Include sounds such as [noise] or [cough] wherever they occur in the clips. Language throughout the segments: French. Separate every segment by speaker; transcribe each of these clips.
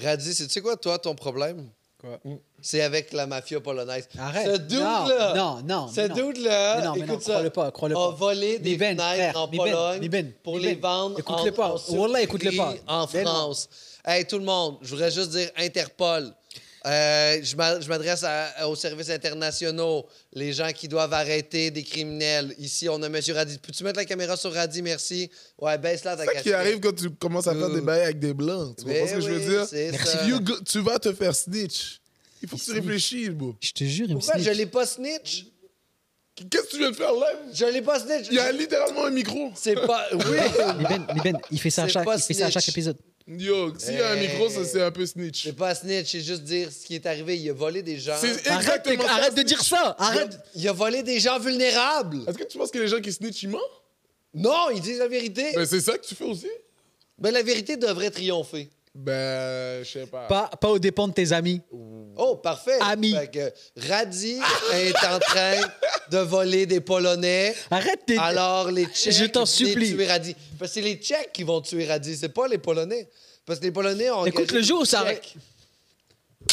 Speaker 1: Radis, sais-tu quoi, toi, ton problème?
Speaker 2: Quoi?
Speaker 3: Mm.
Speaker 1: C'est avec la mafia polonaise.
Speaker 3: Arrête.
Speaker 1: Ce dude-là!
Speaker 3: Non, non, non.
Speaker 1: Ce
Speaker 3: mais non.
Speaker 1: dude-là,
Speaker 3: Mais non, mais non,
Speaker 1: écoute
Speaker 3: crois-le
Speaker 1: ça,
Speaker 3: pas, crois-le
Speaker 1: a
Speaker 3: pas.
Speaker 1: volé des
Speaker 3: Nibin,
Speaker 1: fenêtres
Speaker 3: frère,
Speaker 1: en
Speaker 3: Nibin,
Speaker 1: Pologne
Speaker 3: Nibin,
Speaker 1: pour
Speaker 3: Nibin.
Speaker 1: les vendre
Speaker 3: Écoute-le
Speaker 1: en-
Speaker 3: pas.
Speaker 1: en
Speaker 3: Wallah,
Speaker 1: surprix
Speaker 3: écoute-le pas.
Speaker 1: en
Speaker 3: Ben non.
Speaker 1: France. Hey, tout le monde, je voudrais juste dire Interpol. Euh, je m'a- je m'adresse à- aux services internationaux, les gens qui doivent arrêter des criminels. Ici, on a M. Radis. Peux-tu mettre la caméra sur Radis, merci? Ouais, baisse-la ta
Speaker 2: C'est ça qui
Speaker 1: casquette.
Speaker 2: arrive quand tu commences à faire des bails avec des blancs. Tu
Speaker 1: Mais
Speaker 2: comprends ce que je veux
Speaker 1: oui,
Speaker 2: dire?
Speaker 1: c'est
Speaker 2: Merci.
Speaker 1: ça.
Speaker 2: You go- tu vas te faire snitch. Il faut que tu
Speaker 3: snitch.
Speaker 2: réfléchisses, bro.
Speaker 3: Je te jure, il me
Speaker 1: Pourquoi je
Speaker 3: snitch.
Speaker 1: l'ai pas snitch?
Speaker 2: Qu'est-ce que tu viens de faire live?
Speaker 1: Je l'ai pas snitch.
Speaker 2: Il y a littéralement un micro.
Speaker 1: C'est
Speaker 3: [laughs]
Speaker 1: pas. Oui!
Speaker 3: Liben, Liben, Ben, il fait ça à
Speaker 1: C'est
Speaker 3: chaque,
Speaker 1: pas
Speaker 3: il fait ça à chaque
Speaker 1: snitch.
Speaker 3: épisode.
Speaker 2: Yo, s'il y a un
Speaker 1: Hey.
Speaker 2: micro, ça c'est un peu snitch.
Speaker 1: C'est pas snitch, c'est juste dire ce qui est arrivé. Il a volé des gens. Ah,
Speaker 2: C'est
Speaker 3: Arrête,
Speaker 2: exactement ça,
Speaker 3: arrête de
Speaker 2: snitch.
Speaker 3: dire ça. Arrête.
Speaker 1: Il a volé des gens vulnérables.
Speaker 2: Est-ce que tu penses que les gens qui snitch, ils mentent?
Speaker 1: Non, ils disent la vérité.
Speaker 2: Ben, c'est ça que tu fais aussi?
Speaker 1: Mais la vérité devrait triompher.
Speaker 2: Ben, je sais pas.
Speaker 3: Pas, pas aux dépens de tes amis.
Speaker 1: Oh, parfait.
Speaker 3: Ami.
Speaker 1: Fait que Radi est en train de voler des Polonais.
Speaker 3: Arrête tes.
Speaker 1: Alors, les Tchèques.
Speaker 3: Je t'en
Speaker 1: venez
Speaker 3: supplie.
Speaker 1: tuer Radi. Parce que c'est les Tchèques qui vont tuer Radi, c'est pas les Polonais. Parce que les Polonais ont.
Speaker 3: Écoute,
Speaker 1: engagé
Speaker 3: le jour où
Speaker 1: des
Speaker 3: ça
Speaker 1: Tchèques.
Speaker 3: arrête-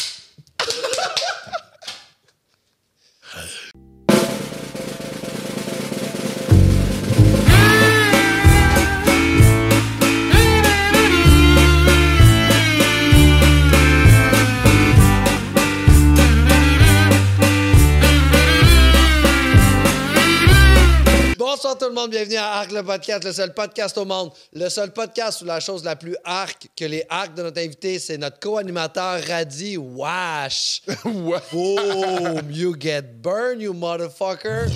Speaker 1: Bonsoir tout le monde, bienvenue à Arc le podcast, le seul podcast au monde, le seul podcast où la chose la plus arc que les arcs de notre invité, c'est notre co-animateur Radi
Speaker 3: [laughs]
Speaker 1: Wash.
Speaker 2: Ouais.
Speaker 1: Boom, you get burned, you motherfucker.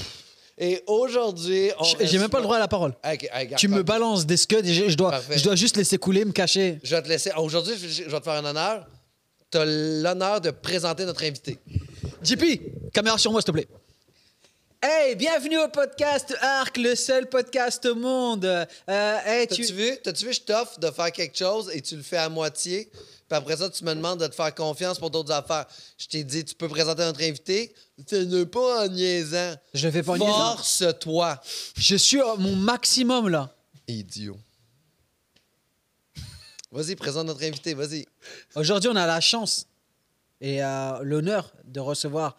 Speaker 1: Et aujourd'hui, on
Speaker 3: Je- J'ai même pas le droit à la parole.
Speaker 1: Ok, hey, garde
Speaker 3: Tu me
Speaker 1: comme-
Speaker 3: balances des scuds. et Je, je dois,
Speaker 1: Parfait.
Speaker 3: je dois juste laisser couler, me cacher.
Speaker 1: Je vais te laisser. Oh, Aujourd'hui, je je vais te faire un honneur. T'as l'honneur de présenter notre invité.
Speaker 3: JP, caméra sur moi, s'il te plaît. Hey, bienvenue au podcast Arc, le seul podcast au monde. Euh, hey,
Speaker 1: T'as-tu
Speaker 3: tu...
Speaker 1: vu? T'as-tu vu, je t'offre de faire quelque chose et tu le fais à moitié. Puis après ça, tu me demandes de te faire confiance pour d'autres affaires. Je t'ai dit, tu peux présenter notre invité. Fais ne pas en niaisant.
Speaker 3: Je fais pas en niaisant.
Speaker 1: Force-toi.
Speaker 3: Je suis à mon maximum là.
Speaker 1: Idiot. Vas-y, présente notre invité, vas-y.
Speaker 3: Aujourd'hui, on a la chance et euh, l'honneur de recevoir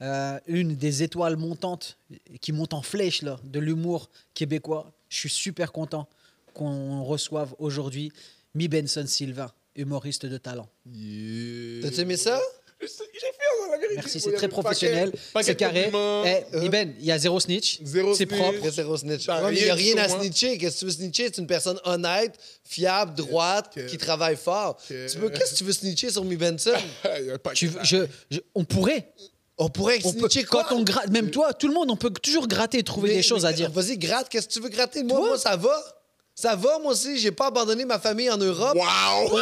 Speaker 3: euh, une des étoiles montantes qui monte en flèche là, de l'humour québécois. Je suis super content qu'on reçoive aujourd'hui Mi Benson Sylvain, humoriste de talent.
Speaker 2: Yeah.
Speaker 1: T'as-tu aimé ça?
Speaker 3: Euh,
Speaker 2: Je sais- J'ai fait dans la vérité.
Speaker 3: Merci,
Speaker 2: Il
Speaker 3: c'est
Speaker 2: y
Speaker 3: très
Speaker 2: avait
Speaker 3: professionnel,
Speaker 2: paquet- paquet
Speaker 3: c'est
Speaker 2: de
Speaker 3: carré.
Speaker 2: compliments.
Speaker 3: Eh, Mi Ben, il y a zéro snitch,
Speaker 2: Zéro
Speaker 3: c'est
Speaker 2: snitch.
Speaker 3: propre.
Speaker 1: Après, zéro snitch.
Speaker 2: Bah,
Speaker 1: Ouais, mais il n'y a
Speaker 2: rien
Speaker 1: rien à
Speaker 2: sur moi.
Speaker 1: snitcher. Qu'est-ce que tu veux snitcher? C'est une personne honnête, fiable, droite,
Speaker 2: Que-
Speaker 1: qui travaille fort.
Speaker 2: que-
Speaker 1: Tu veux- Qu'est-ce que tu veux snitcher sur Mi Benson?
Speaker 2: Il y a un paquet.
Speaker 3: Tu veux- je- je- on pourrait,
Speaker 1: On pourrait
Speaker 3: on peut-
Speaker 1: snitcher quoi?
Speaker 3: quand on gratte, même toi, tout le monde, on peut toujours gratter et trouver
Speaker 1: Mais-
Speaker 3: des choses
Speaker 1: mais-
Speaker 3: à dire.
Speaker 1: Vas-y, gratte, qu'est-ce que tu veux gratter? Moi,
Speaker 3: Toi?
Speaker 1: moi, ça va. Ça va, moi aussi. J'ai pas abandonné ma famille en Europe
Speaker 2: Wow!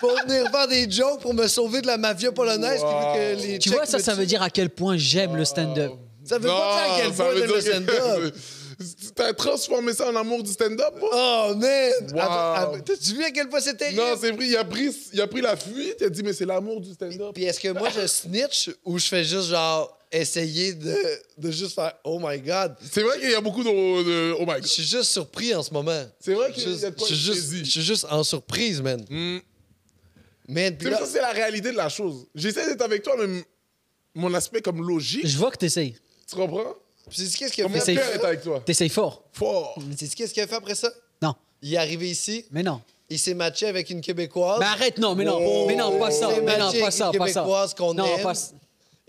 Speaker 1: pour venir faire des jokes pour me sauver de la mafia polonaise. qui veut
Speaker 2: Wow.
Speaker 1: que les
Speaker 3: Tu
Speaker 1: Tchèques
Speaker 3: vois, ça,
Speaker 1: me
Speaker 3: ça veut
Speaker 1: tuent.
Speaker 3: dire à quel point j'aime le stand-up.
Speaker 1: Ça veut pas dire à quel
Speaker 2: ça
Speaker 1: point
Speaker 2: veut
Speaker 1: t'aimes le
Speaker 2: dire que-
Speaker 1: stand-up.
Speaker 2: [laughs] T'as transformé ça en amour du stand-up, moi?
Speaker 1: Oh, man!
Speaker 2: Wow.
Speaker 1: Attends, attends, T'as-tu vu à quel point c'était
Speaker 2: Non, c'est vrai, il a, pris, il a pris la fuite, il a dit, mais c'est l'amour du stand-up.
Speaker 1: Puis euh, est-ce que moi, je snitch ou je fais juste, genre, essayer de, de juste faire « Oh my God!
Speaker 2: C'est vrai qu'il y a beaucoup de. de- oh my »
Speaker 1: Je
Speaker 2: god.
Speaker 1: suis juste surpris en ce moment.
Speaker 2: C'est vrai
Speaker 1: Je
Speaker 2: qu'il y a de quoi
Speaker 1: je suis
Speaker 2: de
Speaker 1: juste,
Speaker 2: saisi.
Speaker 1: je suis juste en surprise, man.
Speaker 2: Hmm.
Speaker 1: Man, puis
Speaker 2: C'est
Speaker 1: là-
Speaker 2: ça, c'est la réalité de la chose. J'essaie d'être avec toi, mais m- mon aspect comme logique,
Speaker 3: Je vois que t'essayes.
Speaker 2: tu comprends?
Speaker 1: puis c'est qu'est-ce qu'il a
Speaker 2: Mon
Speaker 1: fait
Speaker 2: cœur
Speaker 3: c'est-
Speaker 2: est avec toi. Oh,
Speaker 3: T'essayes fort.
Speaker 2: Fort.
Speaker 1: Mais sais-tu qu'est-ce qu'il a fait après ça?
Speaker 3: Non,
Speaker 1: Il est arrivé ici,
Speaker 3: mais non.
Speaker 1: il s'est matché avec une Québécoise.
Speaker 3: Mais arrête, non, mais non.
Speaker 2: Oh.
Speaker 3: mais non, pas ça.
Speaker 1: C'est
Speaker 3: Mais non,
Speaker 1: magique,
Speaker 3: pas ça,
Speaker 1: les
Speaker 3: pas ça.
Speaker 1: Québécoises qu'on
Speaker 3: non,
Speaker 1: aime.
Speaker 3: pas ça.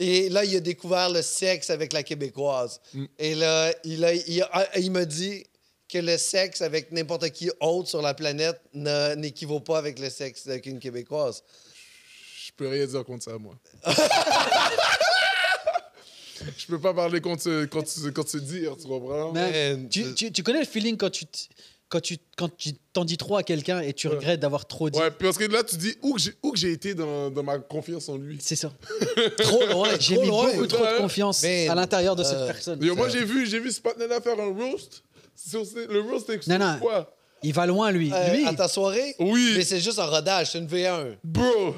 Speaker 1: Et là, il a découvert le sexe avec la Québécoise.
Speaker 3: Mm.
Speaker 1: Et là, il, a- il, a- il me dit que le sexe avec n'importe qui autre sur la planète ne- n'équivaut pas avec le sexe avec une Québécoise.
Speaker 2: Je peux rien dire contre ça, moi. [laughs] Je peux pas parler contre ce, contre ce- contre ce dire, tu comprends?
Speaker 3: Mais
Speaker 1: Man,
Speaker 3: tu,
Speaker 1: je-
Speaker 3: tu- tu connais le feeling quand tu t- quand tu quand tu t'en dis trop à quelqu'un et tu regrettes d'avoir trop dit.
Speaker 2: Ouais, puis parce que là, tu dis où que j'ai- où que j'ai été dans, dans ma confiance en lui.
Speaker 3: C'est
Speaker 2: [laughs]
Speaker 3: ça.
Speaker 1: Trop loin,
Speaker 3: J'ai
Speaker 1: trop
Speaker 3: mis
Speaker 1: loin.
Speaker 3: beaucoup trop de confiance
Speaker 1: Mais-
Speaker 3: à l'intérieur de cette
Speaker 1: euh,
Speaker 3: personne.
Speaker 2: Yo, moi, j'ai vu, j'ai vu ce partenaire faire un roast. Sur ses- le roast, c'est
Speaker 3: Non, non.
Speaker 2: quoi?
Speaker 3: Il va loin, lui.
Speaker 1: Euh,
Speaker 3: lui,
Speaker 1: à ta soirée?
Speaker 2: Oui.
Speaker 1: Mais c'est juste en rodage, c'est une V1.
Speaker 2: Bro,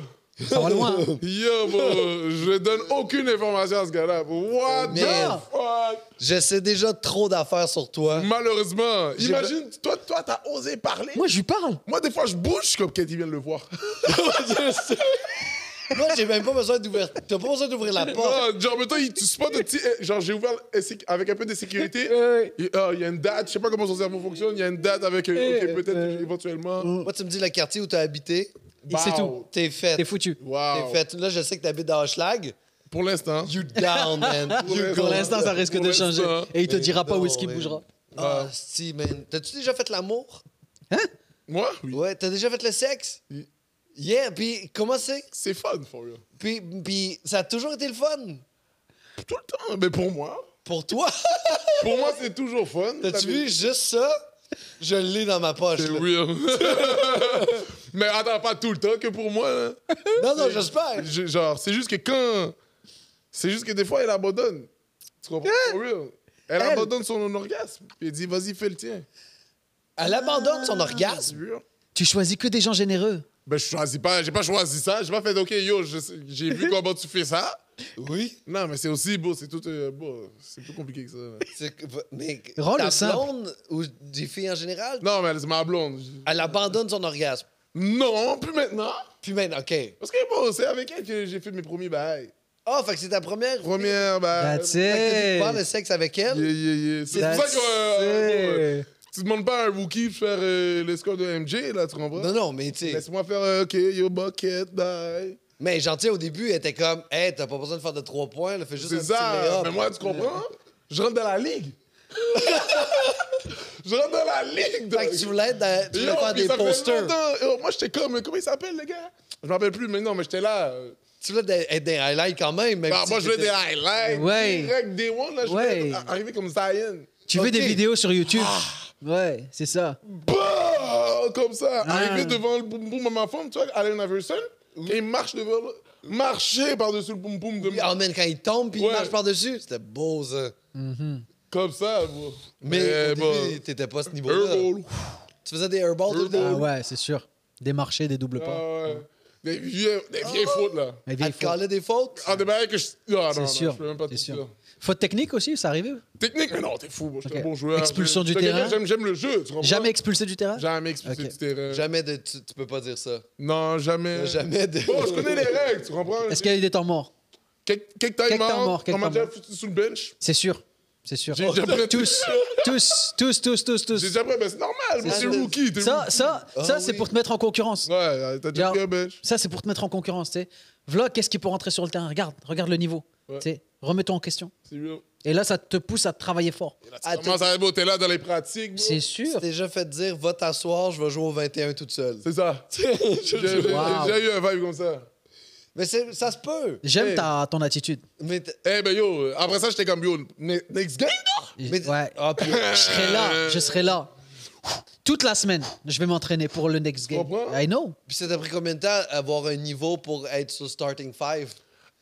Speaker 3: Ça va loin.
Speaker 1: [laughs]
Speaker 3: hein. [laughs]
Speaker 2: Yo, bro, je donne aucune information à ce gars-là. What
Speaker 1: Man.
Speaker 2: the fuck?
Speaker 1: Je sais déjà trop d'affaires sur toi.
Speaker 3: Mm.
Speaker 2: Malheureusement,
Speaker 1: J'ai-
Speaker 2: imagine, toi, toi, t'as osé parler.
Speaker 3: Moi, je lui parle.
Speaker 2: Moi, des fois, je bouge comme quand ils viennent
Speaker 3: [laughs]
Speaker 2: le voir.
Speaker 1: Moi, j'ai même pas besoin d'ouvrir. T'as pas besoin d'ouvrir
Speaker 3: [laughs]
Speaker 1: la porte.
Speaker 2: Ah, genre, mettons, il- tu spots un petit. eh, Genre, j'ai ouvert eh, c'est- avec un peu de sécurité. Il ah, il y a une date, je sais pas comment son cerveau fonctionne. Il y a une date avec. euh,
Speaker 3: Eh,
Speaker 2: Ok, peut-être
Speaker 3: euh,
Speaker 2: éventuellement.
Speaker 1: Moi, tu me dis le quartier où t'as habité.
Speaker 3: Et c'est tout.
Speaker 2: Wow.
Speaker 1: T'es fait.
Speaker 3: T'es foutu.
Speaker 2: Wow.
Speaker 1: T'es fait. Là, je sais que t'habites dans Hochelag.
Speaker 2: Pour l'instant.
Speaker 1: You down, man. You
Speaker 2: Ouais,
Speaker 3: [laughs] Pour
Speaker 1: go.
Speaker 3: l'instant, ça risque
Speaker 2: Pour
Speaker 3: de changer.
Speaker 2: l'instant.
Speaker 3: Et il te
Speaker 1: Mais
Speaker 3: dira pas où est-ce
Speaker 1: non,
Speaker 3: qu'il
Speaker 1: mais-
Speaker 3: bougera.
Speaker 1: Ah, si, man. T'as-tu déjà fait l'amour?
Speaker 2: Moi, oui.
Speaker 1: Ouais, t'as déjà fait le sexe?
Speaker 2: Oui.
Speaker 1: Yeah, puis comment c'est?
Speaker 2: C'est fun, for real.
Speaker 1: Puis, puis ça a toujours été le fun.
Speaker 2: Tout le temps. Mais pour moi,
Speaker 1: Pour toi,
Speaker 2: pour moi, c'est toujours fun.
Speaker 1: t'as-tu vu juste ça? Je l'ai dans ma poche.
Speaker 2: C'est
Speaker 1: là.
Speaker 2: real. mais attends, pas tout le [laughs] temps que pour moi. là.
Speaker 1: Non, non, j'espère.
Speaker 2: Je- genre, c'est juste que quand. C'est juste que des fois, elle abandonne. Tu comprends? For real. Hein?
Speaker 3: Elle.
Speaker 2: Elle, abandonne son orgasme. Puis elle dit, vas-y, fais le tien.
Speaker 1: Elle abandonne son
Speaker 2: C'est
Speaker 1: orgasme.
Speaker 2: real.
Speaker 3: Tu choisis que des gens généreux.
Speaker 2: Ben, je choisis pas, j'ai pas choisi ça. J'ai pas fait, OK, yo, je sais- j'ai [laughs] vu comment tu fais ça.
Speaker 1: Oui.
Speaker 2: Non, mais c'est aussi beau, c'est tout. euh, bon, c'est plus compliqué que ça. là.
Speaker 1: C'est que- Mais
Speaker 3: Rends
Speaker 1: ta
Speaker 3: le simple.
Speaker 1: blonde ou des filles en général,
Speaker 2: Non, mais elle, c'est ma blonde. Je-
Speaker 1: elle abandonne son orgasme.
Speaker 2: Non, plus maintenant.
Speaker 1: Puis maintenant, OK.
Speaker 2: Parce que, bon, c'est avec elle que j'ai fait mes premiers bails.
Speaker 1: Ah, fait que c'est ta première.
Speaker 2: Première, bail.
Speaker 3: That's
Speaker 1: Fait que t'as découvert
Speaker 3: it.
Speaker 1: le sexe avec elle.
Speaker 2: Yeah, yeah, yeah. C'est
Speaker 3: That's
Speaker 2: pour ça que. euh,
Speaker 3: it.
Speaker 2: tu demandes pas à un rookie de faire euh, le score de MJ, là, tu comprends?
Speaker 1: Non, non, mais tu sais.
Speaker 2: Laisse-moi faire, euh, OK, yo, bucket, die.
Speaker 1: Mais gentil, au début, elle était comme, hey, t'as pas besoin de faire de trois points, là, fais juste un
Speaker 2: C'est
Speaker 1: petit
Speaker 2: ça.
Speaker 1: lay-up.
Speaker 2: Mais moi, tu comprends? Je rentre dans
Speaker 1: [laughs]
Speaker 2: la ligue. je rentre dans la ligue.
Speaker 1: Fait que
Speaker 2: dog.
Speaker 1: tu voulais, être dans- tu
Speaker 2: Yo,
Speaker 1: voulais faire
Speaker 2: puis
Speaker 1: des
Speaker 2: ça fait
Speaker 1: posters.
Speaker 2: longtemps. Yo, moi, j'étais comme, comment il s'appelle, le gars? Je m'en rappelle plus, mais non, mais j'étais là.
Speaker 1: Tu voulais être être des highlights quand même. même
Speaker 2: Bah,
Speaker 1: si
Speaker 2: moi, je voulais
Speaker 1: t'étais-
Speaker 2: des highlights.
Speaker 3: Ouais.
Speaker 2: Direct, des one, là, je voulais
Speaker 3: Ouais.
Speaker 2: être arrivé comme Zion.
Speaker 3: Tu veux
Speaker 1: Ok.
Speaker 3: des vidéos sur YouTube
Speaker 2: Ah.
Speaker 3: Ouais, c'est ça.
Speaker 2: Bah, comme ça.
Speaker 3: Ah.
Speaker 2: Arrivé devant le boum boum à ma femme, tu vois, Allen Iverson, et il marche devant. Marcher par-dessus le boum boum de
Speaker 1: Puis, Ah, man, quand il tombe puis il
Speaker 2: Ouais.
Speaker 1: marche par-dessus, c'était beau, ça.
Speaker 2: Comme ça, bro.
Speaker 1: Mais
Speaker 2: Eh,
Speaker 1: au
Speaker 2: bah,
Speaker 1: début, t'étais pas à ce niveau-là.
Speaker 2: airball.
Speaker 1: Tu faisais des airballs tout le
Speaker 3: Ah
Speaker 1: temps.
Speaker 3: ouais, c'est sûr. Des marchés, des doubles pas.
Speaker 2: Ah ouais. Des vieilles, des vieilles fautes, là.
Speaker 3: Les
Speaker 1: Elle
Speaker 3: vieilles
Speaker 1: te
Speaker 3: fautes.
Speaker 1: calait des fautes.
Speaker 2: Ah, des bails que je. Ah, non,
Speaker 3: C'est
Speaker 2: non,
Speaker 3: sûr.
Speaker 2: Je peux même pas te
Speaker 3: C'est
Speaker 2: dire.
Speaker 3: sûr. Faute technique aussi, ça arrivait
Speaker 2: Technique, mais non, t'es fou, moi, je suis
Speaker 3: Ok.
Speaker 2: un bon joueur.
Speaker 3: Expulsion du
Speaker 2: Je- je-
Speaker 3: terrain.
Speaker 2: J'aime, j'aime le jeu, tu comprends?
Speaker 3: Jamais expulsé du terrain
Speaker 2: Jamais expulsé
Speaker 3: Ok.
Speaker 2: du terrain.
Speaker 1: Jamais de. Tu, tu peux pas dire ça.
Speaker 2: Non, jamais.
Speaker 1: Jamais de.
Speaker 2: Euh, Bon,
Speaker 1: [laughs]
Speaker 2: je connais les règles, tu comprends?
Speaker 3: Est-ce qu'il y a eu des temps morts
Speaker 2: Quelque quelque time
Speaker 3: Quelque temps
Speaker 2: out,
Speaker 3: mort, quelque
Speaker 2: on m'a
Speaker 3: temps
Speaker 2: déjà
Speaker 3: mort.
Speaker 2: foutu sous le bench.
Speaker 3: C'est sûr. C'est sûr.
Speaker 2: J'ai déjà pris-
Speaker 3: Oh,
Speaker 2: [laughs]
Speaker 3: Tous, tous, tous, tous, tous,
Speaker 2: J'ai
Speaker 3: tous.
Speaker 2: déjà pris, ben c'est normal, moi, c'est
Speaker 1: ça.
Speaker 2: rookie. t'es
Speaker 3: Ça,
Speaker 2: rookie.
Speaker 3: ça,
Speaker 1: Ah
Speaker 3: ça, c'est
Speaker 1: oui.
Speaker 3: pour te mettre en concurrence.
Speaker 2: Ouais, t'as déjà
Speaker 3: Genre-
Speaker 2: pris un bench.
Speaker 3: Ça, c'est pour te mettre en concurrence, tu sais. Vlog, qu'est-ce qui peut rentrer sur le terrain Regarde, regarde le niveau.
Speaker 2: Ouais.
Speaker 3: Tu sais, remets-toi en question.
Speaker 2: C'est bien.
Speaker 3: Et là, ça te pousse à travailler fort.
Speaker 1: Ah,
Speaker 2: Tu commences à être beau, t'es là dans les pratiques, bro.
Speaker 3: C'est
Speaker 1: t'es
Speaker 3: sûr.
Speaker 1: déjà fait dire, va t'asseoir, je vais jouer au 21 toute seule.
Speaker 3: [laughs]
Speaker 2: C'est ça. J'ai j'ai- j'ai
Speaker 3: Wow.
Speaker 2: déjà eu un vibe comme ça.
Speaker 1: Mais c'est- ça se peut.
Speaker 3: J'aime
Speaker 2: Hey.
Speaker 3: ta, ton attitude.
Speaker 1: Mais. t-
Speaker 2: Eh ben yo, après ça, j'étais comme yo, ne- next game, non?
Speaker 1: mais-
Speaker 3: Ouais.
Speaker 1: Ah, puis-
Speaker 3: Je serai là, je serai là. Toute la semaine, je vais m'entraîner pour le next game.
Speaker 2: comprends
Speaker 3: I know.
Speaker 1: Puis ça t'a pris combien de temps à avoir un niveau pour être sur starting five?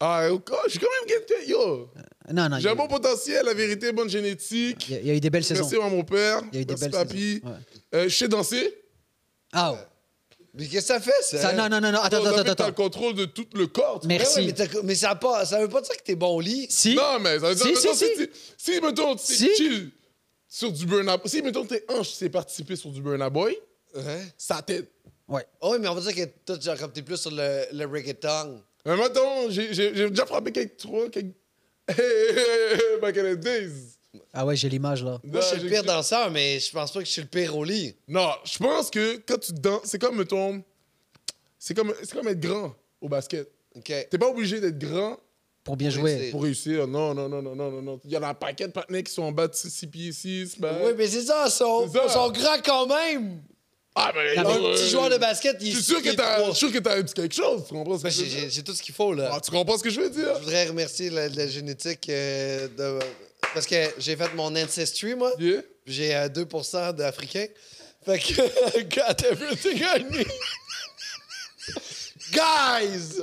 Speaker 2: Ah, ok, je suis quand même quelqu'un, yo.
Speaker 3: Non, non. il y
Speaker 2: J'ai
Speaker 3: a-
Speaker 2: un bon potentiel, la vérité, bonne génétique.
Speaker 3: Il y, a- il y a eu des belles saisons.
Speaker 2: Merci à mon père.
Speaker 3: Il y a eu des
Speaker 2: Merci
Speaker 3: belles
Speaker 2: papy.
Speaker 3: saisons, ouais.
Speaker 2: Euh, je sais danser.
Speaker 3: Ah, ouais.
Speaker 1: Mais qu'est-ce que ça fait, ça?
Speaker 3: Ça, non, non, non, non, attends,
Speaker 2: Oh, ça fait
Speaker 3: attends,
Speaker 2: que T'as
Speaker 3: attends.
Speaker 2: le contrôle de tout le corps. tu
Speaker 1: Ben ouais,
Speaker 3: Merci.
Speaker 1: mais, t'as- mais ça, a pas, ça veut pas dire que t'es bon au lit.
Speaker 3: Si,
Speaker 2: Non, mais ça veut dire,
Speaker 3: Si,
Speaker 2: mettons,
Speaker 3: si,
Speaker 2: si,
Speaker 3: si.
Speaker 2: tu- si, mettons, tu
Speaker 3: Si.
Speaker 2: chill sur du burn-up. Si, mettons, tes hanches, c'est participer sur du burn-up boy,
Speaker 1: Hein?
Speaker 2: ça t'aide.
Speaker 3: ouais.
Speaker 1: Oh, oui, mais on va dire que toi, genre, comme t'es plus sur le, le reggaeton.
Speaker 2: Mais mettons, j'ai j'ai- j'ai déjà frappé quelques trois, quelques. [laughs] Hey, hey, hey, hey, back in the days.
Speaker 3: Ah ouais, j'ai l'image là.
Speaker 1: Moi, je suis
Speaker 2: Non,
Speaker 1: le pire
Speaker 2: Ben, j'ai-
Speaker 1: danseur, mais je pense pas que je suis le pire au lit.
Speaker 2: Non, je pense que quand tu danses, c'est comme, mettons, c'est comme, c'est comme être grand au basket.
Speaker 1: OK.
Speaker 2: T'es pas obligé d'être grand
Speaker 3: Pour bien
Speaker 1: Oui,
Speaker 3: jouer.
Speaker 1: c'est-
Speaker 2: pour réussir. Non, non, non, non, non, non, non. Il y en a un paquet de partenaires qui sont en bas de 6 pieds ben- 6.
Speaker 1: Oui, mais c'est ça, ils sont,
Speaker 2: C'est ça.
Speaker 1: ils sont grands quand même.
Speaker 2: Ah, mais
Speaker 3: Ah,
Speaker 1: Un petit joueur de basket, il
Speaker 2: Je suis sûr que
Speaker 1: il-
Speaker 2: t'as je
Speaker 1: trois.
Speaker 2: suis sûr que t'as un petit quelque chose. Tu comprends ce que
Speaker 1: Ben,
Speaker 2: je veux
Speaker 1: J'ai
Speaker 2: dire?
Speaker 1: j'ai- j'ai tout ce qu'il faut, là.
Speaker 2: Ah, tu comprends ce que je veux
Speaker 1: [laughs]
Speaker 2: dire?
Speaker 1: Je voudrais remercier la, la génétique euh, de... Parce que j'ai fait mon ancestry, moi.
Speaker 2: Yeah.
Speaker 1: J'ai euh, 2 d'Africains. Fait que [laughs] quand t'as vu, t'es gagné. Guys!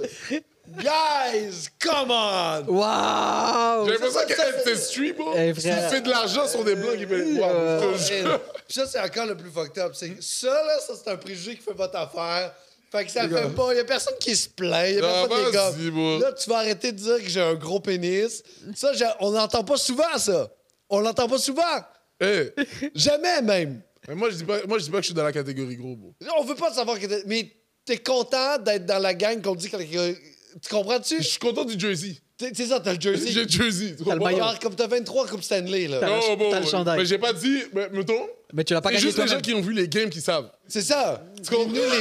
Speaker 1: Guys, come on!
Speaker 3: Waouh
Speaker 2: J'ai l'impression que c'est stream, bro.
Speaker 3: Eh,
Speaker 2: Si tu
Speaker 3: frère.
Speaker 2: fais de l'argent sur des blancs, il fait. Waouh, je te jure.
Speaker 1: Puis ça, c'est encore le plus fucked up. C'est que ça, là, ça, c'est un préjugé qui fait votre affaire. Fait que ça
Speaker 2: Les gars.
Speaker 1: fait pas. Il y a personne qui se plaint. Il y a
Speaker 2: Ah,
Speaker 1: personne qui est comme,
Speaker 2: vas-y, moi.
Speaker 1: Là, tu vas arrêter de dire que j'ai un gros pénis. Ça, j'ai- on n'entend pas souvent, ça. On l'entend pas souvent.
Speaker 2: Hey,
Speaker 1: Jamais, même.
Speaker 2: mais moi, je dis pas, moi, je dis pas que je suis dans la catégorie gros, bro.
Speaker 1: On veut pas savoir que. t'es- Mais t'es content d'être dans la gang qu'on dit que. que- Tu comprends-tu?
Speaker 2: Je suis content du Jersey.
Speaker 1: T'es- C'est ça, t'as le jersey.
Speaker 2: J'ai Jersey.
Speaker 3: T'as le
Speaker 2: tu comprends?
Speaker 3: maillot.
Speaker 1: Genre, comme t'as 23 Coupe Stanley, là.
Speaker 3: T'as le-
Speaker 2: Oh, bon,
Speaker 3: t'as le chandail.
Speaker 2: Mais j'ai pas dit, mais mettons,
Speaker 3: Mais tu l'as pas
Speaker 2: c'est
Speaker 3: gagné
Speaker 2: juste les
Speaker 3: toi-même.
Speaker 2: gens qui ont vu les games qui savent.
Speaker 1: C'est ça. Nous, les...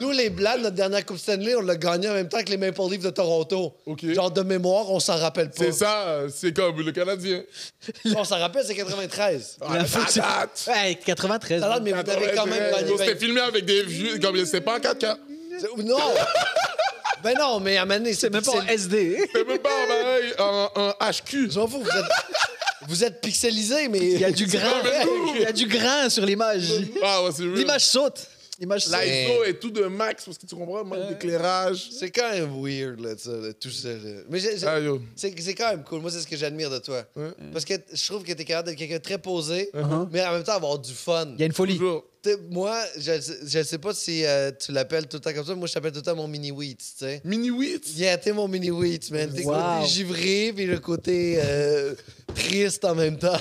Speaker 1: Nous, les Blancs, notre dernière Coupe Stanley, on l'a gagnée en même temps que les Maple Leafs de Toronto.
Speaker 2: OK.
Speaker 1: Genre, de mémoire, on s'en rappelle pas.
Speaker 3: Oh.
Speaker 2: C'est ça, euh, c'est comme le Canadien.
Speaker 1: On s'en rappelle, c'est 93.
Speaker 2: Ah,
Speaker 3: La fois que tu- [laughs] Ouais, 93.
Speaker 1: Alors,
Speaker 3: ouais.
Speaker 1: mais vous avez quand même gagné.
Speaker 2: On s'était
Speaker 1: 20.
Speaker 2: eh, filmé avec des vieux, comme c'est pas en 4K.
Speaker 1: Non! [laughs] Ben non, mais à un moment donné,
Speaker 3: C'est même pas en
Speaker 1: pixel-
Speaker 3: SD.
Speaker 2: C'est même pas bah, en, pareil, en, en HQ.
Speaker 1: Je m'en fous, vous êtes, vous êtes pixelisé, mais.
Speaker 3: Il
Speaker 1: [laughs]
Speaker 3: y a du grain.
Speaker 2: mais nous-
Speaker 3: Il y a du grain sur l'image.
Speaker 2: Ah ouais, c'est vrai.
Speaker 3: L'image saute. L'image saute.
Speaker 2: L'ISO et tout de max, parce que tu comprends, manque d'éclairage.
Speaker 1: C'est quand même weird, là, ça, là, tout ça. là. Mais j'ai- j'ai-
Speaker 2: Ah, yo.
Speaker 1: c'est c'est quand même cool. Moi, c'est ce que j'admire de toi.
Speaker 2: Ouais. Uh-huh.
Speaker 1: Parce que t- je trouve que t'es capable d'être quelqu'un de très posé, mais en même temps avoir du fun.
Speaker 3: Il y a une folie.
Speaker 2: Toujours.
Speaker 1: T'sais, Moi, je, je sais pas si euh, tu l'appelles tout le temps comme ça. Moi, je t'appelle tout le temps mon mini wheat, tu sais.
Speaker 2: Mini wheat.
Speaker 1: Yeah, t'es mon mini wheat, man. T'es le
Speaker 3: Wow.
Speaker 1: côté givré, puis le côté euh, triste en même
Speaker 2: [laughs]
Speaker 1: temps.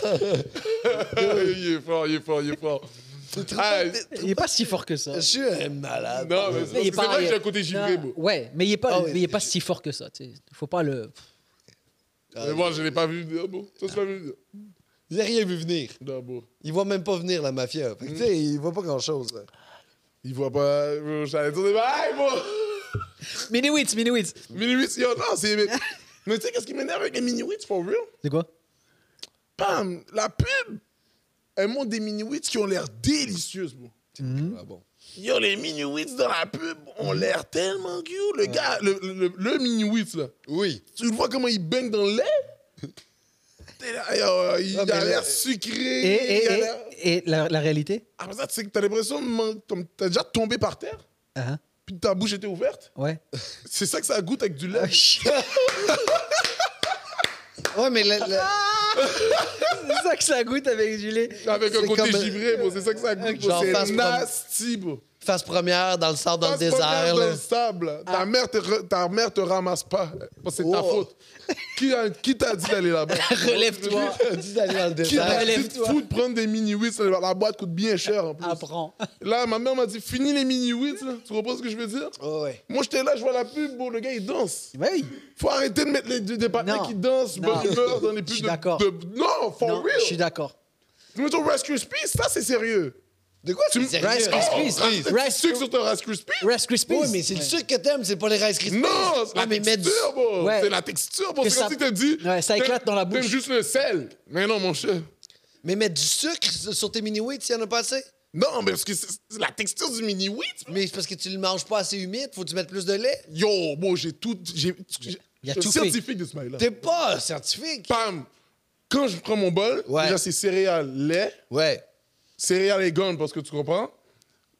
Speaker 2: il est fort, il est fort, il est fort. Ah,
Speaker 3: Il est pas si fort que ça.
Speaker 1: Je suis un malade.
Speaker 2: non, mais
Speaker 3: Il est
Speaker 2: c'est
Speaker 3: pas-
Speaker 2: pas que
Speaker 3: il-
Speaker 2: j'ai un côté givré,
Speaker 3: Non,
Speaker 2: bro.
Speaker 3: Ouais, mais il est pas,
Speaker 1: Ah ouais.
Speaker 3: il est pas si fort que ça. tu sais. Faut pas le.
Speaker 1: Ah,
Speaker 2: Mais moi, je l'ai pas vu venir, bro. Toi, tu l'as vu venir.
Speaker 1: Il a rien vu venir.
Speaker 2: Non, bro.
Speaker 1: Il voit même pas venir, la mafia. Fait que, tu sais, il voit pas grand-chose. là.
Speaker 2: Il voit pas. bro, J'allais dire, hey, bro.
Speaker 3: Mini wits, mini wits.
Speaker 2: Mini wheat, yo, non, c'est. Mais, mais tu sais, qu'est-ce qui m'énerve avec les mini wheats, for real?
Speaker 3: C'est quoi
Speaker 2: Bam, la pub. Elles montre des mini wheats qui ont l'air délicieuses, bro. Mm-hmm.
Speaker 1: Ah bon.
Speaker 2: Yo, les mini wheats dans la pub ont l'air tellement cute. Le gars, le, le, le mini wheats, là.
Speaker 1: Oui.
Speaker 2: Tu le vois comment il baigne dans le lait? T'es là, yo, il
Speaker 1: Ah, mais
Speaker 2: a
Speaker 1: là-
Speaker 2: l'air sucré.
Speaker 3: Et, et,
Speaker 2: il a
Speaker 3: et,
Speaker 2: l'air-
Speaker 3: et la, la réalité
Speaker 2: Après ça, tu sais que t'as l'impression de man- comme t'as déjà tombé par terre,
Speaker 3: Ah, hein,
Speaker 2: puis ta bouche était ouverte.
Speaker 3: [laughs] Ouais.
Speaker 2: C'est ça que ça goûte avec du lait.
Speaker 1: Ah,
Speaker 3: C'est
Speaker 1: Ouais, mais le- le-
Speaker 3: ça que ça goûte avec du lait.
Speaker 2: avec un
Speaker 1: c'est
Speaker 2: côté
Speaker 1: comme- euh,
Speaker 2: givré, bro. C'est ça que ça goûte. bro.
Speaker 1: Genre face
Speaker 2: C'est
Speaker 1: prom-
Speaker 2: nasty, bro.
Speaker 1: face première dans le sable, dans le
Speaker 2: Passe pas
Speaker 1: désert.
Speaker 2: merde
Speaker 1: là. Ah.
Speaker 2: Dans le sable. là. Ta, mère te re- ta mère te ramasse pas. Bon, C'est ta
Speaker 1: Wow.
Speaker 2: faute. Qui a- qui t'a dit d'aller là-bas?
Speaker 1: [laughs]
Speaker 3: Relève-toi.
Speaker 1: Dis d'aller dans le
Speaker 2: Qui
Speaker 1: désert.
Speaker 2: t'a dit de
Speaker 3: Relève-toi.
Speaker 2: foutre, prendre des mini-wits? La la boîte coûte bien cher, en plus.
Speaker 1: Ah,
Speaker 3: Apprends.
Speaker 2: Là, ma mère m'a dit, finis les mini-wits, là. Tu comprends ce que je veux dire?
Speaker 1: Ouais, ouais.
Speaker 2: Moi, j'étais là, je vois la pub, bon, le gars, il danse.
Speaker 3: Oui.
Speaker 2: Faut arrêter de mettre les, des partenaires
Speaker 3: Non.
Speaker 2: qui dansent,
Speaker 3: Non.
Speaker 2: bonne humeur dans les
Speaker 3: Je suis
Speaker 2: pubs de,
Speaker 3: d'accord.
Speaker 2: de- Non, for
Speaker 3: Non, je suis
Speaker 2: real.
Speaker 3: d'accord.
Speaker 2: Mettons Rice Krispies, ça, c'est sérieux.
Speaker 1: De quoi tu me
Speaker 2: Rice
Speaker 3: Rice Krispies.
Speaker 2: Oh, Tu
Speaker 3: Rice-
Speaker 2: sucre sur ton Rice Krispies?
Speaker 3: Rice Krispies.
Speaker 1: Oui, mais c'est le sucre que t'aimes, c'est pas les Rice Krispies.
Speaker 2: Non, c'est
Speaker 1: Ah,
Speaker 2: la
Speaker 1: mais mettre du-
Speaker 2: texture, bon.
Speaker 3: Ouais.
Speaker 2: C'est la texture, bon.
Speaker 3: Que
Speaker 2: C'est comme
Speaker 3: ça-
Speaker 2: si t'as dit.
Speaker 3: Ouais, ça
Speaker 2: t'aimes-
Speaker 3: éclate dans la bouche.
Speaker 2: T'aimes juste le sel. Mais non, mon chef.
Speaker 1: mais mettre du sucre s- sur tes mini-wheats, il y en a pas assez.
Speaker 2: Non, mais parce que c'est c'est la texture du mini wheat.
Speaker 1: Mais c'est parce que tu le manges pas assez humide, faut que tu mettes plus de lait.
Speaker 2: Yo, bon, j'ai tout. J'ai.
Speaker 3: Il a
Speaker 2: je suis
Speaker 3: tout fait.
Speaker 2: scientifique de ce mail-là.
Speaker 1: T'es pas scientifique.
Speaker 2: Pam. Quand je prends mon bol,
Speaker 1: Ouais.
Speaker 2: déjà c'est céréales, lait,
Speaker 1: Ouais.
Speaker 2: céréales et gomme, parce que tu comprends.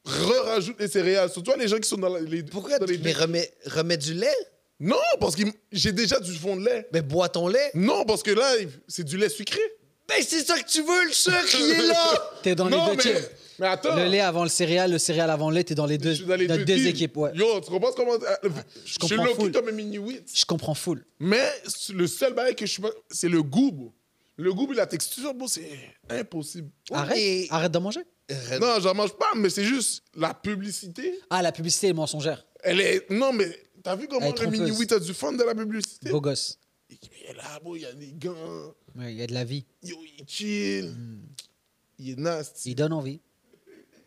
Speaker 2: Re-rajoute les céréales. Surtout les gens qui sont dans la- les.
Speaker 1: Pourquoi
Speaker 2: dans
Speaker 1: tu
Speaker 2: les
Speaker 1: mais remets, remets du lait?
Speaker 2: Non, parce que j'ai déjà du fond de lait.
Speaker 1: Mais bois ton lait.
Speaker 2: Non, parce que là, c'est du lait sucré.
Speaker 1: Ben c'est ça que tu veux, le sucre, il est [laughs]
Speaker 2: [laughs]
Speaker 1: là!
Speaker 3: T'es dans
Speaker 2: non,
Speaker 3: les deux
Speaker 2: mais,
Speaker 3: teams.
Speaker 2: mais attends.
Speaker 3: Le lait avant le céréal, le céréal avant le lait, t'es dans les deux,
Speaker 2: Je suis dans les deux,
Speaker 3: deux
Speaker 2: teams.
Speaker 3: équipes. Ouais.
Speaker 2: Yo, tu comprends comment. ah, le- Je suis
Speaker 3: comprends full.
Speaker 2: low-key comme un mini wheat.
Speaker 3: Je comprends full.
Speaker 2: Mais c'est- le seul bail que je suis pas. C'est le goût, bro. Le goût et la texture, bro, c'est impossible.
Speaker 3: Arrête,
Speaker 1: mais-
Speaker 3: arrête d'en manger.
Speaker 2: Non, j'en mange pas, mais c'est juste la publicité.
Speaker 3: Ah, la publicité est mensongère.
Speaker 2: Elle est. Non, mais t'as vu comment
Speaker 3: Elle est
Speaker 2: le mini
Speaker 3: trompeuse.
Speaker 2: wheat a du fun de la publicité?
Speaker 3: Beau gosse.
Speaker 2: Il est là, bro, il y a des gants.
Speaker 3: Ouais, Il y a de la vie.
Speaker 2: Yo, il est chill.
Speaker 3: Hmm.
Speaker 2: Il est nasty.
Speaker 3: Il donne envie.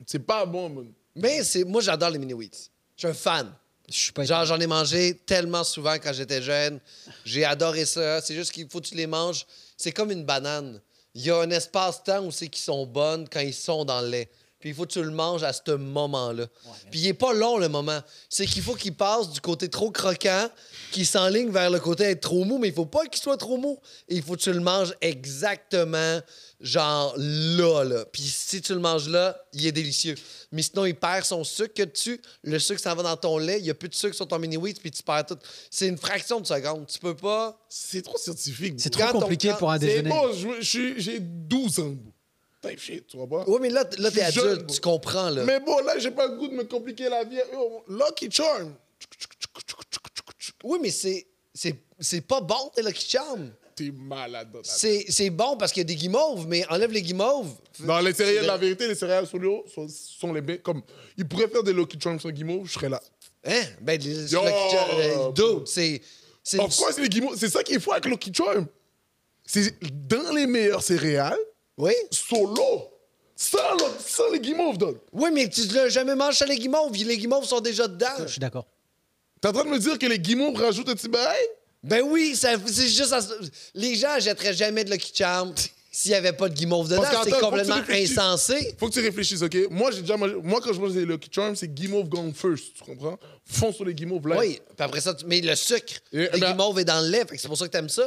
Speaker 2: C'est pas bon, man.
Speaker 1: Mais c'est. Moi j'adore les mini-wheats. Je suis un fan.
Speaker 3: Je suis pas.
Speaker 1: Genre, j'en ai mangé tellement souvent quand j'étais jeune. J'ai adoré ça. C'est juste qu'il faut que tu les manges. C'est comme une banane. Il y a un espace-temps où c'est qu'ils sont bonnes quand ils sont dans le lait. Puis il faut que tu le manges à ce moment-là. Puis il est pas long, le moment. C'est qu'il faut qu'il passe du côté trop croquant, qu'il s'enligne vers le côté être trop mou, mais il faut pas qu'il soit trop mou. Et il faut que tu le manges exactement, genre là, là. Puis si tu le manges là, il est délicieux. Mais sinon, il perd son sucre que tu. Le sucre s'en va dans ton lait. Il n'y a plus de sucre sur ton mini wheat puis tu perds tout. C'est une fraction de seconde. Tu peux pas.
Speaker 2: C'est trop scientifique.
Speaker 3: C'est
Speaker 2: bro.
Speaker 3: trop
Speaker 1: quand on-
Speaker 3: compliqué
Speaker 1: quand-
Speaker 3: pour un
Speaker 2: C'est
Speaker 3: déjeuner.
Speaker 2: bon, je- je suis- j'ai 12 ans, bro. type shit, tu vois pas?
Speaker 1: Oui, mais là, t- là
Speaker 2: Je
Speaker 1: t'es
Speaker 2: suis jeune,
Speaker 1: adulte,
Speaker 2: bro.
Speaker 1: tu comprends, là.
Speaker 2: Mais bon, là, j'ai pas le goût de me compliquer la vie. Yo, Lucky Charm.
Speaker 1: Oui, mais c'est. C'est, c'est pas bon, t'es Lucky Charm.
Speaker 2: T'es malade dans ta
Speaker 1: C'est, c'est bon parce qu'il y a des guimauves, mais enlève les guimauves.
Speaker 2: Non, les céréales,
Speaker 1: C'est-
Speaker 2: la vérité, les céréales sous l'eau sont, sont les meilleurs. Comme, ils pourraient faire des Lucky Charms sans guimauve, je serais là.
Speaker 1: Hein? Ben, les
Speaker 2: Yo!
Speaker 1: Lucky Charm, euh, dude, c'est. c'est
Speaker 2: Of course, les guimauves, c'est ça qu'il faut avec Lucky Charm. C'est dans les meilleurs céréales,
Speaker 1: Oui?
Speaker 2: solo. Sans, le- sans les guimauves, donc.
Speaker 1: Oui, mais tu l'as jamais mangé les guimauves. Les guimauves sont déjà dedans.
Speaker 3: Je suis d'accord.
Speaker 2: T'es en train de me dire que les guimauves rajoutent un petit bail?
Speaker 1: Ben oui, ça- c'est juste. à- Les gens achèteraient jamais de Lucky Charm [laughs] s'il n'y avait pas de guimauve dedans.
Speaker 2: Parce qu'attends,
Speaker 1: C'est
Speaker 2: faut que
Speaker 1: complètement
Speaker 2: tu réfléchisses.
Speaker 1: insensé.
Speaker 2: Faut que tu réfléchisses, OK? Moi, j'ai déjà mangé- Moi, quand je mange des Lucky Charms, c'est guimauve gone first, tu comprends? Fonce sur les guimauves, là.
Speaker 1: Oui, puis après ça, tu mets le sucre.
Speaker 2: Et-
Speaker 1: le
Speaker 2: ben-
Speaker 1: guimauve est dans le lait, fait que c'est pour ça que t'aimes ça.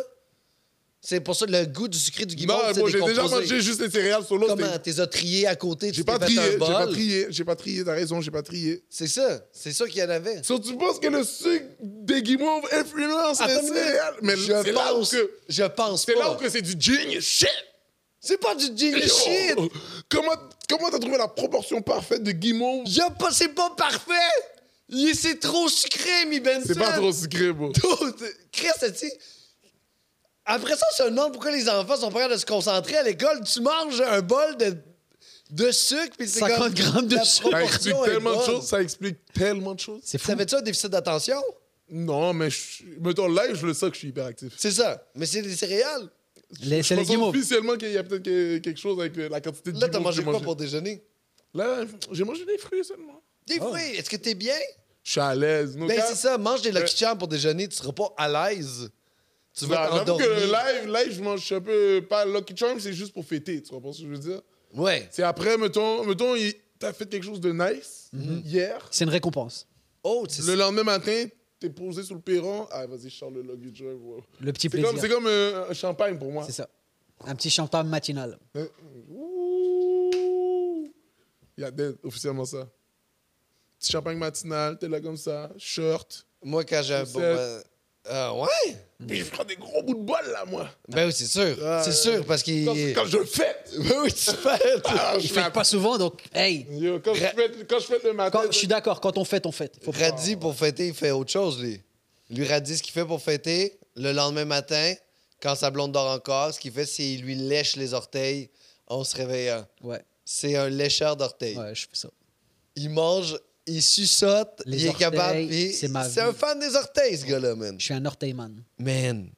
Speaker 1: C'est pour ça que le goût du sucré du
Speaker 2: Non,
Speaker 1: guimauve, c'est
Speaker 2: Ben, moi, j'ai déjà
Speaker 1: décomposé.
Speaker 2: mangé juste les céréales solo.
Speaker 1: Comment?
Speaker 2: c'était-
Speaker 1: T'es as triés à côté, tu
Speaker 2: J'ai
Speaker 1: t'es
Speaker 2: pas
Speaker 1: fait
Speaker 2: trié,
Speaker 1: un
Speaker 2: j'ai pas
Speaker 1: bol.
Speaker 2: trié, j'ai pas trié, t'as raison, j'ai pas trié.
Speaker 1: C'est ça, c'est ça qu'il y en avait.
Speaker 2: So, tu penses que le sucre des guimauves influence
Speaker 1: Attends
Speaker 2: les
Speaker 1: une minute.
Speaker 2: céréales? Ah, Mais
Speaker 1: Ah, je
Speaker 2: c'est là où
Speaker 1: pense, Oh.
Speaker 2: que...
Speaker 1: je pense
Speaker 2: C'est là où
Speaker 1: pas.
Speaker 2: que c'est du genius shit!
Speaker 1: C'est pas du jelly shit.
Speaker 2: Yo! Comment comment t'as trouvé la proportion parfaite de guimauve?
Speaker 1: Y a pas, c'est pas parfait. Il- C'est trop sucré, mi Ben Benson.
Speaker 2: C'est pas trop sucré,
Speaker 1: [laughs]
Speaker 2: bro.
Speaker 1: Dude, Chris, tu Après ça, on se demande pourquoi les enfants sont pas capables de se concentrer à l'école. Tu manges un bol de, de sucre, puis c'est
Speaker 3: 50
Speaker 1: comme-
Speaker 3: grammes de
Speaker 1: la
Speaker 3: sucre.
Speaker 2: Ça
Speaker 1: proportion
Speaker 2: explique
Speaker 1: est
Speaker 2: tellement de
Speaker 1: bonne.
Speaker 2: choses, ça explique tellement de choses.
Speaker 3: C'est fou.
Speaker 1: Ça fait-tu un déficit d'attention?
Speaker 2: Non, mais je, mettons, live, je le sens que je suis hyperactif.
Speaker 1: C'est ça. Mais c'est des céréales.
Speaker 3: Les-
Speaker 2: Je
Speaker 3: C'est les
Speaker 2: pense
Speaker 3: guimauves.
Speaker 2: officiellement qu'il y a peut-être que- quelque chose avec euh, la quantité de
Speaker 1: Là, t'as
Speaker 2: guimauve que
Speaker 1: mangé
Speaker 2: j'ai
Speaker 1: quoi
Speaker 2: mangé.
Speaker 1: pour déjeuner?
Speaker 2: Là, j'ai mangé des fruits seulement.
Speaker 1: Des
Speaker 3: Oh.
Speaker 1: fruits. Est-ce que t'es bien?
Speaker 2: Je suis à l'aise.
Speaker 1: Ben, c'est ça. Mange des
Speaker 2: Euh,
Speaker 1: Lucky Charms pour déjeuner. Tu seras pas à l'aise. Tu vas
Speaker 2: Ben, Bah, J'avoue que le
Speaker 1: t'endormir.
Speaker 2: live, live, je mange un peu pas Lucky Charm, c'est juste pour fêter, tu comprends ce que je veux dire?
Speaker 1: Ouais.
Speaker 2: C'est après, mettons, mettons il- t'as fait quelque chose de nice hier,
Speaker 3: C'est une récompense.
Speaker 1: Oh, c'est
Speaker 2: le lendemain matin, t'es posé sur le perron, ah vas-y, je sors le Lucky Charm. wow.
Speaker 3: Le petit
Speaker 2: C'est comme, c'est
Speaker 3: plaisir.
Speaker 2: comme euh, un champagne pour moi.
Speaker 3: C'est ça. Un petit champagne matinal.
Speaker 2: Hein? Ouh. Il y a dead, officiellement ça. Petit champagne matinal, t'es là comme ça, short.
Speaker 1: Moi, quand j'ai un bon.
Speaker 2: Chaussette.
Speaker 1: ben- Ah, ouais?
Speaker 3: Mm.
Speaker 2: Puis je prends des gros bouts de bol là, moi.
Speaker 1: Ben oui, c'est sûr.
Speaker 2: Ah,
Speaker 1: c'est
Speaker 2: euh,
Speaker 1: sûr, parce qu'il.
Speaker 2: Quand, quand
Speaker 3: [laughs]
Speaker 2: je fête.
Speaker 1: Ben oui, tu fais.
Speaker 2: Ah, je
Speaker 3: Je fais
Speaker 2: fais
Speaker 3: pas souvent, donc, hey,
Speaker 2: Yo, quand, je fête, quand je fête le matin.
Speaker 3: quand- je suis d'accord, quand on fête, on fête. Faut pas-
Speaker 1: Radis, pour fêter, il fait autre chose, lui. Lui, Radis, ce qu'il fait pour fêter, le lendemain matin, quand sa blonde dort encore, ce qu'il fait, c'est qu'il lui lèche les orteils en se réveillant.
Speaker 3: Ouais,
Speaker 1: C'est un lécheur d'orteils.
Speaker 3: ouais, je fais ça.
Speaker 1: Il mange, il suçote,
Speaker 3: Les
Speaker 1: il est
Speaker 3: orteils,
Speaker 1: capable. puis-
Speaker 3: c'est ma
Speaker 1: C'est un
Speaker 3: vie.
Speaker 1: fan des orteils, ce gars-là, man.
Speaker 3: Je suis un orteilman.
Speaker 1: Man.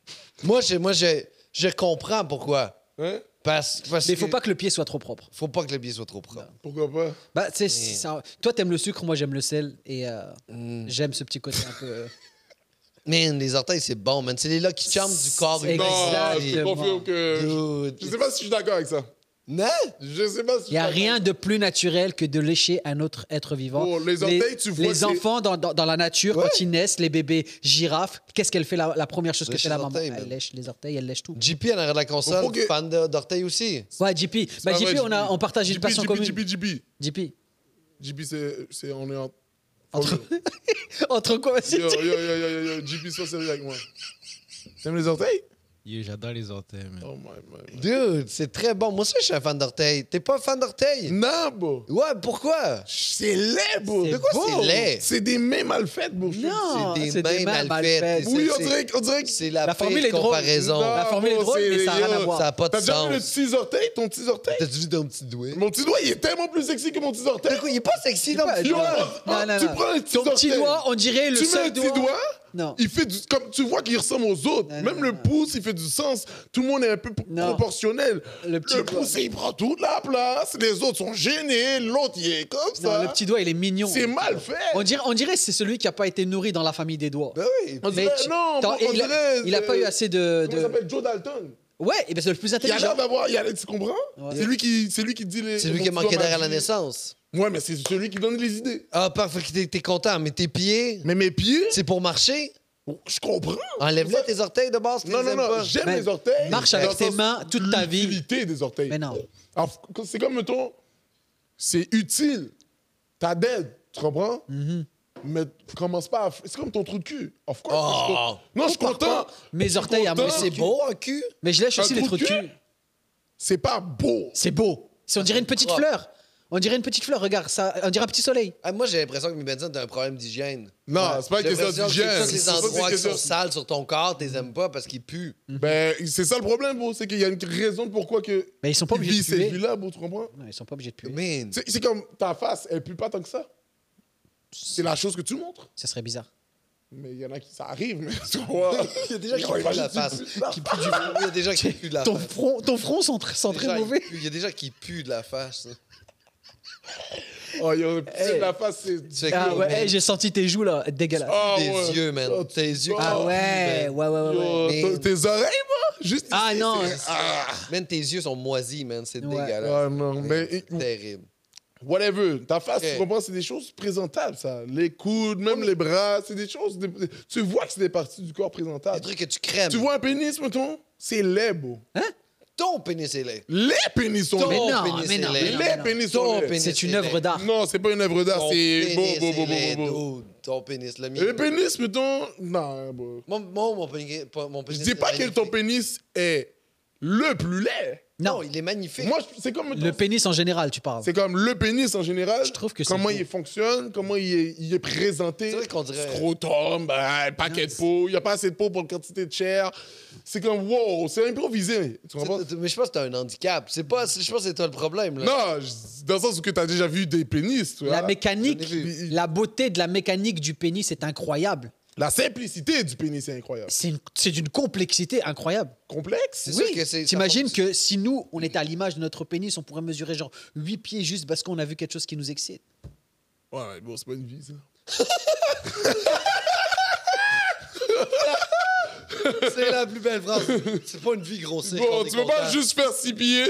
Speaker 1: Moi, je, moi je, je comprends pourquoi.
Speaker 2: Hein?
Speaker 1: Parce, parce
Speaker 3: Mais il faut
Speaker 1: que-
Speaker 3: pas que le pied soit trop propre.
Speaker 1: faut pas que le pied soit trop propre.
Speaker 2: Pourquoi pas?
Speaker 3: Bah, tu sais, c'est- c'est un- toi, t'aimes le sucre, moi, j'aime le sel. Et euh,
Speaker 1: Hmm.
Speaker 3: j'aime ce petit côté un peu. euh,
Speaker 1: Man, les orteils, c'est bon, man. C'est les Lucky Charms du corps
Speaker 3: C'est
Speaker 1: humain.
Speaker 2: Non, je te
Speaker 3: Exactement.
Speaker 2: confirme que. Je
Speaker 1: Dude.
Speaker 2: sais pas si je suis d'accord avec ça.
Speaker 1: Non?
Speaker 2: Je sais pas si je
Speaker 3: Il
Speaker 2: suis
Speaker 3: n'y a
Speaker 2: d'accord.
Speaker 3: rien de plus naturel que de lécher un autre être vivant.
Speaker 2: Oh, les orteils, tu vois,
Speaker 3: Les
Speaker 2: c'est-
Speaker 3: enfants dans, dans- dans la nature,
Speaker 1: Ouais.
Speaker 3: quand ils naissent, les bébés girafes, qu'est-ce qu'elle fait la, la première chose que
Speaker 1: Lèche les
Speaker 3: fait la maman
Speaker 1: orteils,
Speaker 3: Elle
Speaker 1: man.
Speaker 3: lèche les orteils, elle lèche tout.
Speaker 1: JP en arrière de la console,
Speaker 2: Faut que-
Speaker 1: fan de- d'orteils aussi.
Speaker 3: Ouais, JP.
Speaker 2: C'est
Speaker 3: Bah,
Speaker 2: pas
Speaker 3: JP,
Speaker 2: vrai,
Speaker 3: on, a, on partage une
Speaker 2: JP,
Speaker 3: passion
Speaker 2: JP,
Speaker 3: commune. JP.
Speaker 2: JP, JP. JP, c'est- c'est. On
Speaker 3: [laughs]
Speaker 2: est en.
Speaker 3: Entre... [laughs] Entre quoi vas-y,
Speaker 2: Oh, Yo,
Speaker 3: tu-
Speaker 2: yo, yo, yo, yo, yo, JP, sois sérieux avec moi. T'aimes les orteils?
Speaker 4: Yo, j'adore les orteils, man.
Speaker 2: Oh my, my, my.
Speaker 1: Dude, c'est très bon. Moi aussi, je suis un fan d'orteils. T'es pas fan d'orteils?
Speaker 2: Non, bro.
Speaker 1: Ouais, pourquoi?
Speaker 2: C'est laid, bro.
Speaker 3: C'est
Speaker 1: De quoi
Speaker 3: beau.
Speaker 1: c'est laid?
Speaker 2: C'est des mains mal faites, bro. Je te
Speaker 3: Non,
Speaker 1: C'est des
Speaker 3: c'est des
Speaker 1: mains
Speaker 3: mains
Speaker 1: mal
Speaker 3: mal
Speaker 1: faites.
Speaker 3: faites.
Speaker 2: dis. Oui, on
Speaker 1: c'est-
Speaker 2: dirait, on dirait que.
Speaker 1: C'est la,
Speaker 3: La formule
Speaker 1: pire
Speaker 3: est drôle.
Speaker 1: comparaison.
Speaker 2: Non,
Speaker 3: La formule est
Speaker 2: bro,
Speaker 3: drôle,
Speaker 2: Oh, c'est-
Speaker 3: mais ça n'a rien à
Speaker 2: yo,
Speaker 3: voir.
Speaker 1: Ça n'a pas de
Speaker 2: T'as déjà vu le
Speaker 1: sens.
Speaker 2: petit orteil, ton petit orteil?
Speaker 1: T'as-tu vu ton petit doigt?
Speaker 2: Mon petit doigt, il est tellement plus sexy que mon petit orteil.
Speaker 1: Du coup, Il est pas sexy,
Speaker 3: pas-
Speaker 1: non?
Speaker 3: il est
Speaker 1: plus.
Speaker 2: Yo,
Speaker 3: Non,
Speaker 2: oh,
Speaker 3: non, non,
Speaker 2: tu
Speaker 3: non.
Speaker 2: prends un petit
Speaker 3: Ton petit
Speaker 2: orteil.
Speaker 3: doigt, on dirait le
Speaker 2: tu mets
Speaker 3: seul
Speaker 2: un petit doigt,
Speaker 3: Non.
Speaker 2: il fait du, comme tu vois qu'il ressemble aux autres.
Speaker 3: Non,
Speaker 2: Même
Speaker 3: non,
Speaker 2: le
Speaker 3: non.
Speaker 2: pouce, il fait du sens. Tout le monde est un peu p-
Speaker 3: Non.
Speaker 2: proportionnel.
Speaker 3: Le petit doigt.
Speaker 2: pouce, il prend toute la place. Les autres sont gênés. L'autre, il est comme ça.
Speaker 3: Non, le petit doigt, il est mignon.
Speaker 2: C'est mal fait.
Speaker 3: On dirait, on dirait que c'est celui qui n'a pas été nourri dans la famille des doigts.
Speaker 1: Ben oui.
Speaker 2: On dirait-
Speaker 3: tu-
Speaker 2: non,
Speaker 3: t'en-
Speaker 2: on
Speaker 3: il, a,
Speaker 2: dirait- euh,
Speaker 3: il a pas eu assez de.
Speaker 2: Comment
Speaker 3: de-
Speaker 2: il s'appelle Joe Dalton
Speaker 3: Ouais, et ben c'est le plus
Speaker 2: Il a
Speaker 3: intelligent.
Speaker 2: l'air d'avoir. il a l'air- Tu comprends
Speaker 3: Ouais.
Speaker 2: C'est lui qui, c'est lui qui dit les.
Speaker 1: C'est lui qui a manqué d'air à la naissance.
Speaker 2: Ouais, mais c'est celui qui donne les idées.
Speaker 1: Ah, parfait, t'es- t'es content, mais tes pieds,
Speaker 2: Mais mes pieds, oh,
Speaker 1: c'est pour marcher?
Speaker 2: je comprends.
Speaker 3: Ah,
Speaker 1: Enlève-les tes orteils de base, tu
Speaker 2: Non,
Speaker 1: les
Speaker 2: non,
Speaker 1: aimes
Speaker 2: non.
Speaker 1: pas.
Speaker 2: J'aime
Speaker 3: Mais
Speaker 2: les orteils.
Speaker 3: marche avec
Speaker 2: dans le
Speaker 3: tes
Speaker 2: sens
Speaker 3: mains toute ta vie.
Speaker 2: L'utilité des orteils.
Speaker 3: Mais non.
Speaker 2: Alors, f- C'est comme, mettons, c'est utile. T'as d'aide, tu comprends?
Speaker 3: Mhm.
Speaker 2: Mais commence pas à. f- C'est comme ton trou de cul. Of course.
Speaker 1: Oh.
Speaker 2: je suis con- Non, je suis content.
Speaker 3: Mes orteils à moi,
Speaker 2: content
Speaker 3: c'est
Speaker 1: C'est
Speaker 3: beau.
Speaker 1: beau, un cul?
Speaker 3: Mais je lèche
Speaker 2: Un
Speaker 3: aussi les
Speaker 2: trou
Speaker 3: trous
Speaker 2: de
Speaker 3: de
Speaker 2: cul
Speaker 3: cul.
Speaker 2: C'est pas beau.
Speaker 3: C'est beau. C'est- On dirait une petite
Speaker 1: propre.
Speaker 3: fleur. On dirait une petite fleur, regarde, ça, on dirait un petit soleil.
Speaker 1: Ah, moi, j'ai l'impression que Mibenzan, t'as un problème d'hygiène.
Speaker 2: Non, c'est pas une
Speaker 1: J'ai
Speaker 2: question
Speaker 1: l'impression que
Speaker 2: d'hygiène.
Speaker 1: Tous les
Speaker 2: C'est pas une
Speaker 1: endroits qui
Speaker 2: question-
Speaker 1: sont sales sur ton corps, t'es aimes pas parce qu'ils puent.
Speaker 2: Ben, c'est ça le problème, bro. C'est qu'il y a une raison pourquoi que.
Speaker 3: Mais ils sont pas
Speaker 2: il
Speaker 3: obligés
Speaker 2: vit
Speaker 3: de
Speaker 2: ces
Speaker 3: puer.
Speaker 2: vies-là, bro, tu comprends?
Speaker 3: Non, ils sont pas obligés de puer.
Speaker 1: Man.
Speaker 2: C'est c'est comme ta face, elle pue pas tant que ça. C'est la chose que tu montres.
Speaker 3: Ça serait bizarre.
Speaker 2: Mais il y en a qui. Ça arrive, mais
Speaker 1: [laughs]
Speaker 2: tu vois.
Speaker 1: Il y a des gens qui
Speaker 2: Oh,
Speaker 1: puent de la
Speaker 2: imagine, tu
Speaker 1: face.
Speaker 2: [laughs] pues de la
Speaker 1: Qui puent du vomi. Il y a des gens qui puent de la
Speaker 3: Ton
Speaker 1: face.
Speaker 3: front, ton front sent, tr- sent
Speaker 1: Des
Speaker 3: très
Speaker 1: gens qui
Speaker 3: mauvais.
Speaker 1: puent. Il y a des gens qui puent de la face.
Speaker 2: Oh, il y en a plus de la face, c'est.
Speaker 1: Tu fais
Speaker 3: Ah
Speaker 1: quoi,
Speaker 3: ouais,
Speaker 1: man?
Speaker 3: hey, j'ai senti tes joues là, dégueulasse.
Speaker 2: Oh,
Speaker 1: Tes
Speaker 2: ouais.
Speaker 1: yeux, man.
Speaker 2: Oh,
Speaker 1: Tes yeux.
Speaker 2: oh.
Speaker 3: ah
Speaker 1: qui
Speaker 3: ouais,
Speaker 1: puent,
Speaker 3: ouais, ouais, ouais. ouais.
Speaker 2: Yo,
Speaker 1: ouais.
Speaker 2: ton-
Speaker 1: Mais-
Speaker 2: Tes oreilles, moi? Juste
Speaker 3: Ah
Speaker 2: ici,
Speaker 3: non,
Speaker 2: c'est- Ah.
Speaker 1: man. Man, tes yeux sont moisis, man. C'est
Speaker 3: Ouais.
Speaker 1: dégueulasse.
Speaker 2: Ah non, mais
Speaker 1: C'est terrible.
Speaker 2: whatever. Ta face,
Speaker 1: Ok.
Speaker 2: tu comprends, c'est des choses présentables, ça. Les coudes, même les bras, c'est des choses. des- Tu vois que c'est des parties du corps
Speaker 1: Des
Speaker 2: présentables.
Speaker 1: trucs que tu crèmes.
Speaker 2: Tu vois un pénis, mettons, c'est laid, beau.
Speaker 1: Ton pénis est laid.
Speaker 2: Les pénis sont
Speaker 1: Ton
Speaker 2: laids.
Speaker 3: Mais non,
Speaker 1: pénis
Speaker 3: mais
Speaker 1: est
Speaker 3: non,
Speaker 1: laid.
Speaker 3: mais non, mais
Speaker 2: Les pénis sont
Speaker 1: Ton
Speaker 2: laids. Ah.
Speaker 1: pénis
Speaker 3: C'est une
Speaker 1: est
Speaker 3: œuvre
Speaker 1: laid.
Speaker 3: d'art.
Speaker 2: Non, c'est pas une œuvre d'art,
Speaker 1: Ton
Speaker 2: c'est beau,
Speaker 1: pénis
Speaker 2: beau,
Speaker 1: est
Speaker 2: beau,
Speaker 1: laid,
Speaker 2: beau, beau.
Speaker 1: dude. Ton pénis, le mien.
Speaker 2: Le pénis, mettons, non, beau.
Speaker 1: Mon, mon, mon pénis, mon
Speaker 2: Je
Speaker 1: pénis
Speaker 2: dis
Speaker 1: est
Speaker 2: pas que
Speaker 1: magnifique.
Speaker 2: ton pénis est le plus laid.
Speaker 1: Non,
Speaker 3: Non,
Speaker 1: il est magnifique.
Speaker 2: Moi, je- c'est comme mettons,
Speaker 3: le pénis en général, tu parles.
Speaker 2: C'est comme le pénis en général.
Speaker 3: Je trouve que c'est
Speaker 2: Comment
Speaker 3: beau.
Speaker 2: il fonctionne, comment il est, il est présenté.
Speaker 1: C'est vrai qu'on dirait-
Speaker 2: Scrotum, ben, paquet de peau. Il n'y a pas assez de peau pour la quantité de chair. C'est comme, wow, c'est improvisé. Tu comprends?
Speaker 1: C'est- Mais je pense que t'as un handicap. C'est pas, je pense que c'est toi le problème. Là.
Speaker 2: Non, je- dans le sens où tu as déjà vu des pénis. tu vois.
Speaker 3: la mécanique,
Speaker 2: J'en ai vu.
Speaker 3: la beauté de la mécanique du pénis est incroyable.
Speaker 2: La simplicité du pénis est incroyable.
Speaker 3: C'est une- c'est d'une complexité incroyable.
Speaker 2: Complexe?
Speaker 1: C'est sûr
Speaker 3: Oui,
Speaker 1: que c'est- ça
Speaker 3: t'imagines
Speaker 1: fonctionne.
Speaker 3: que si nous, on était à l'image de notre pénis, on pourrait mesurer genre 8 pieds juste parce qu'on a vu quelque chose qui nous excite.
Speaker 2: Ouais, ouais, bon, c'est pas une vie, ça.
Speaker 1: [laughs] C'est la plus belle phrase. C'est pas une vie grossière.
Speaker 2: Bon,
Speaker 1: quand
Speaker 2: tu
Speaker 1: t'es
Speaker 2: peux pas
Speaker 1: content.
Speaker 2: juste faire six pieds,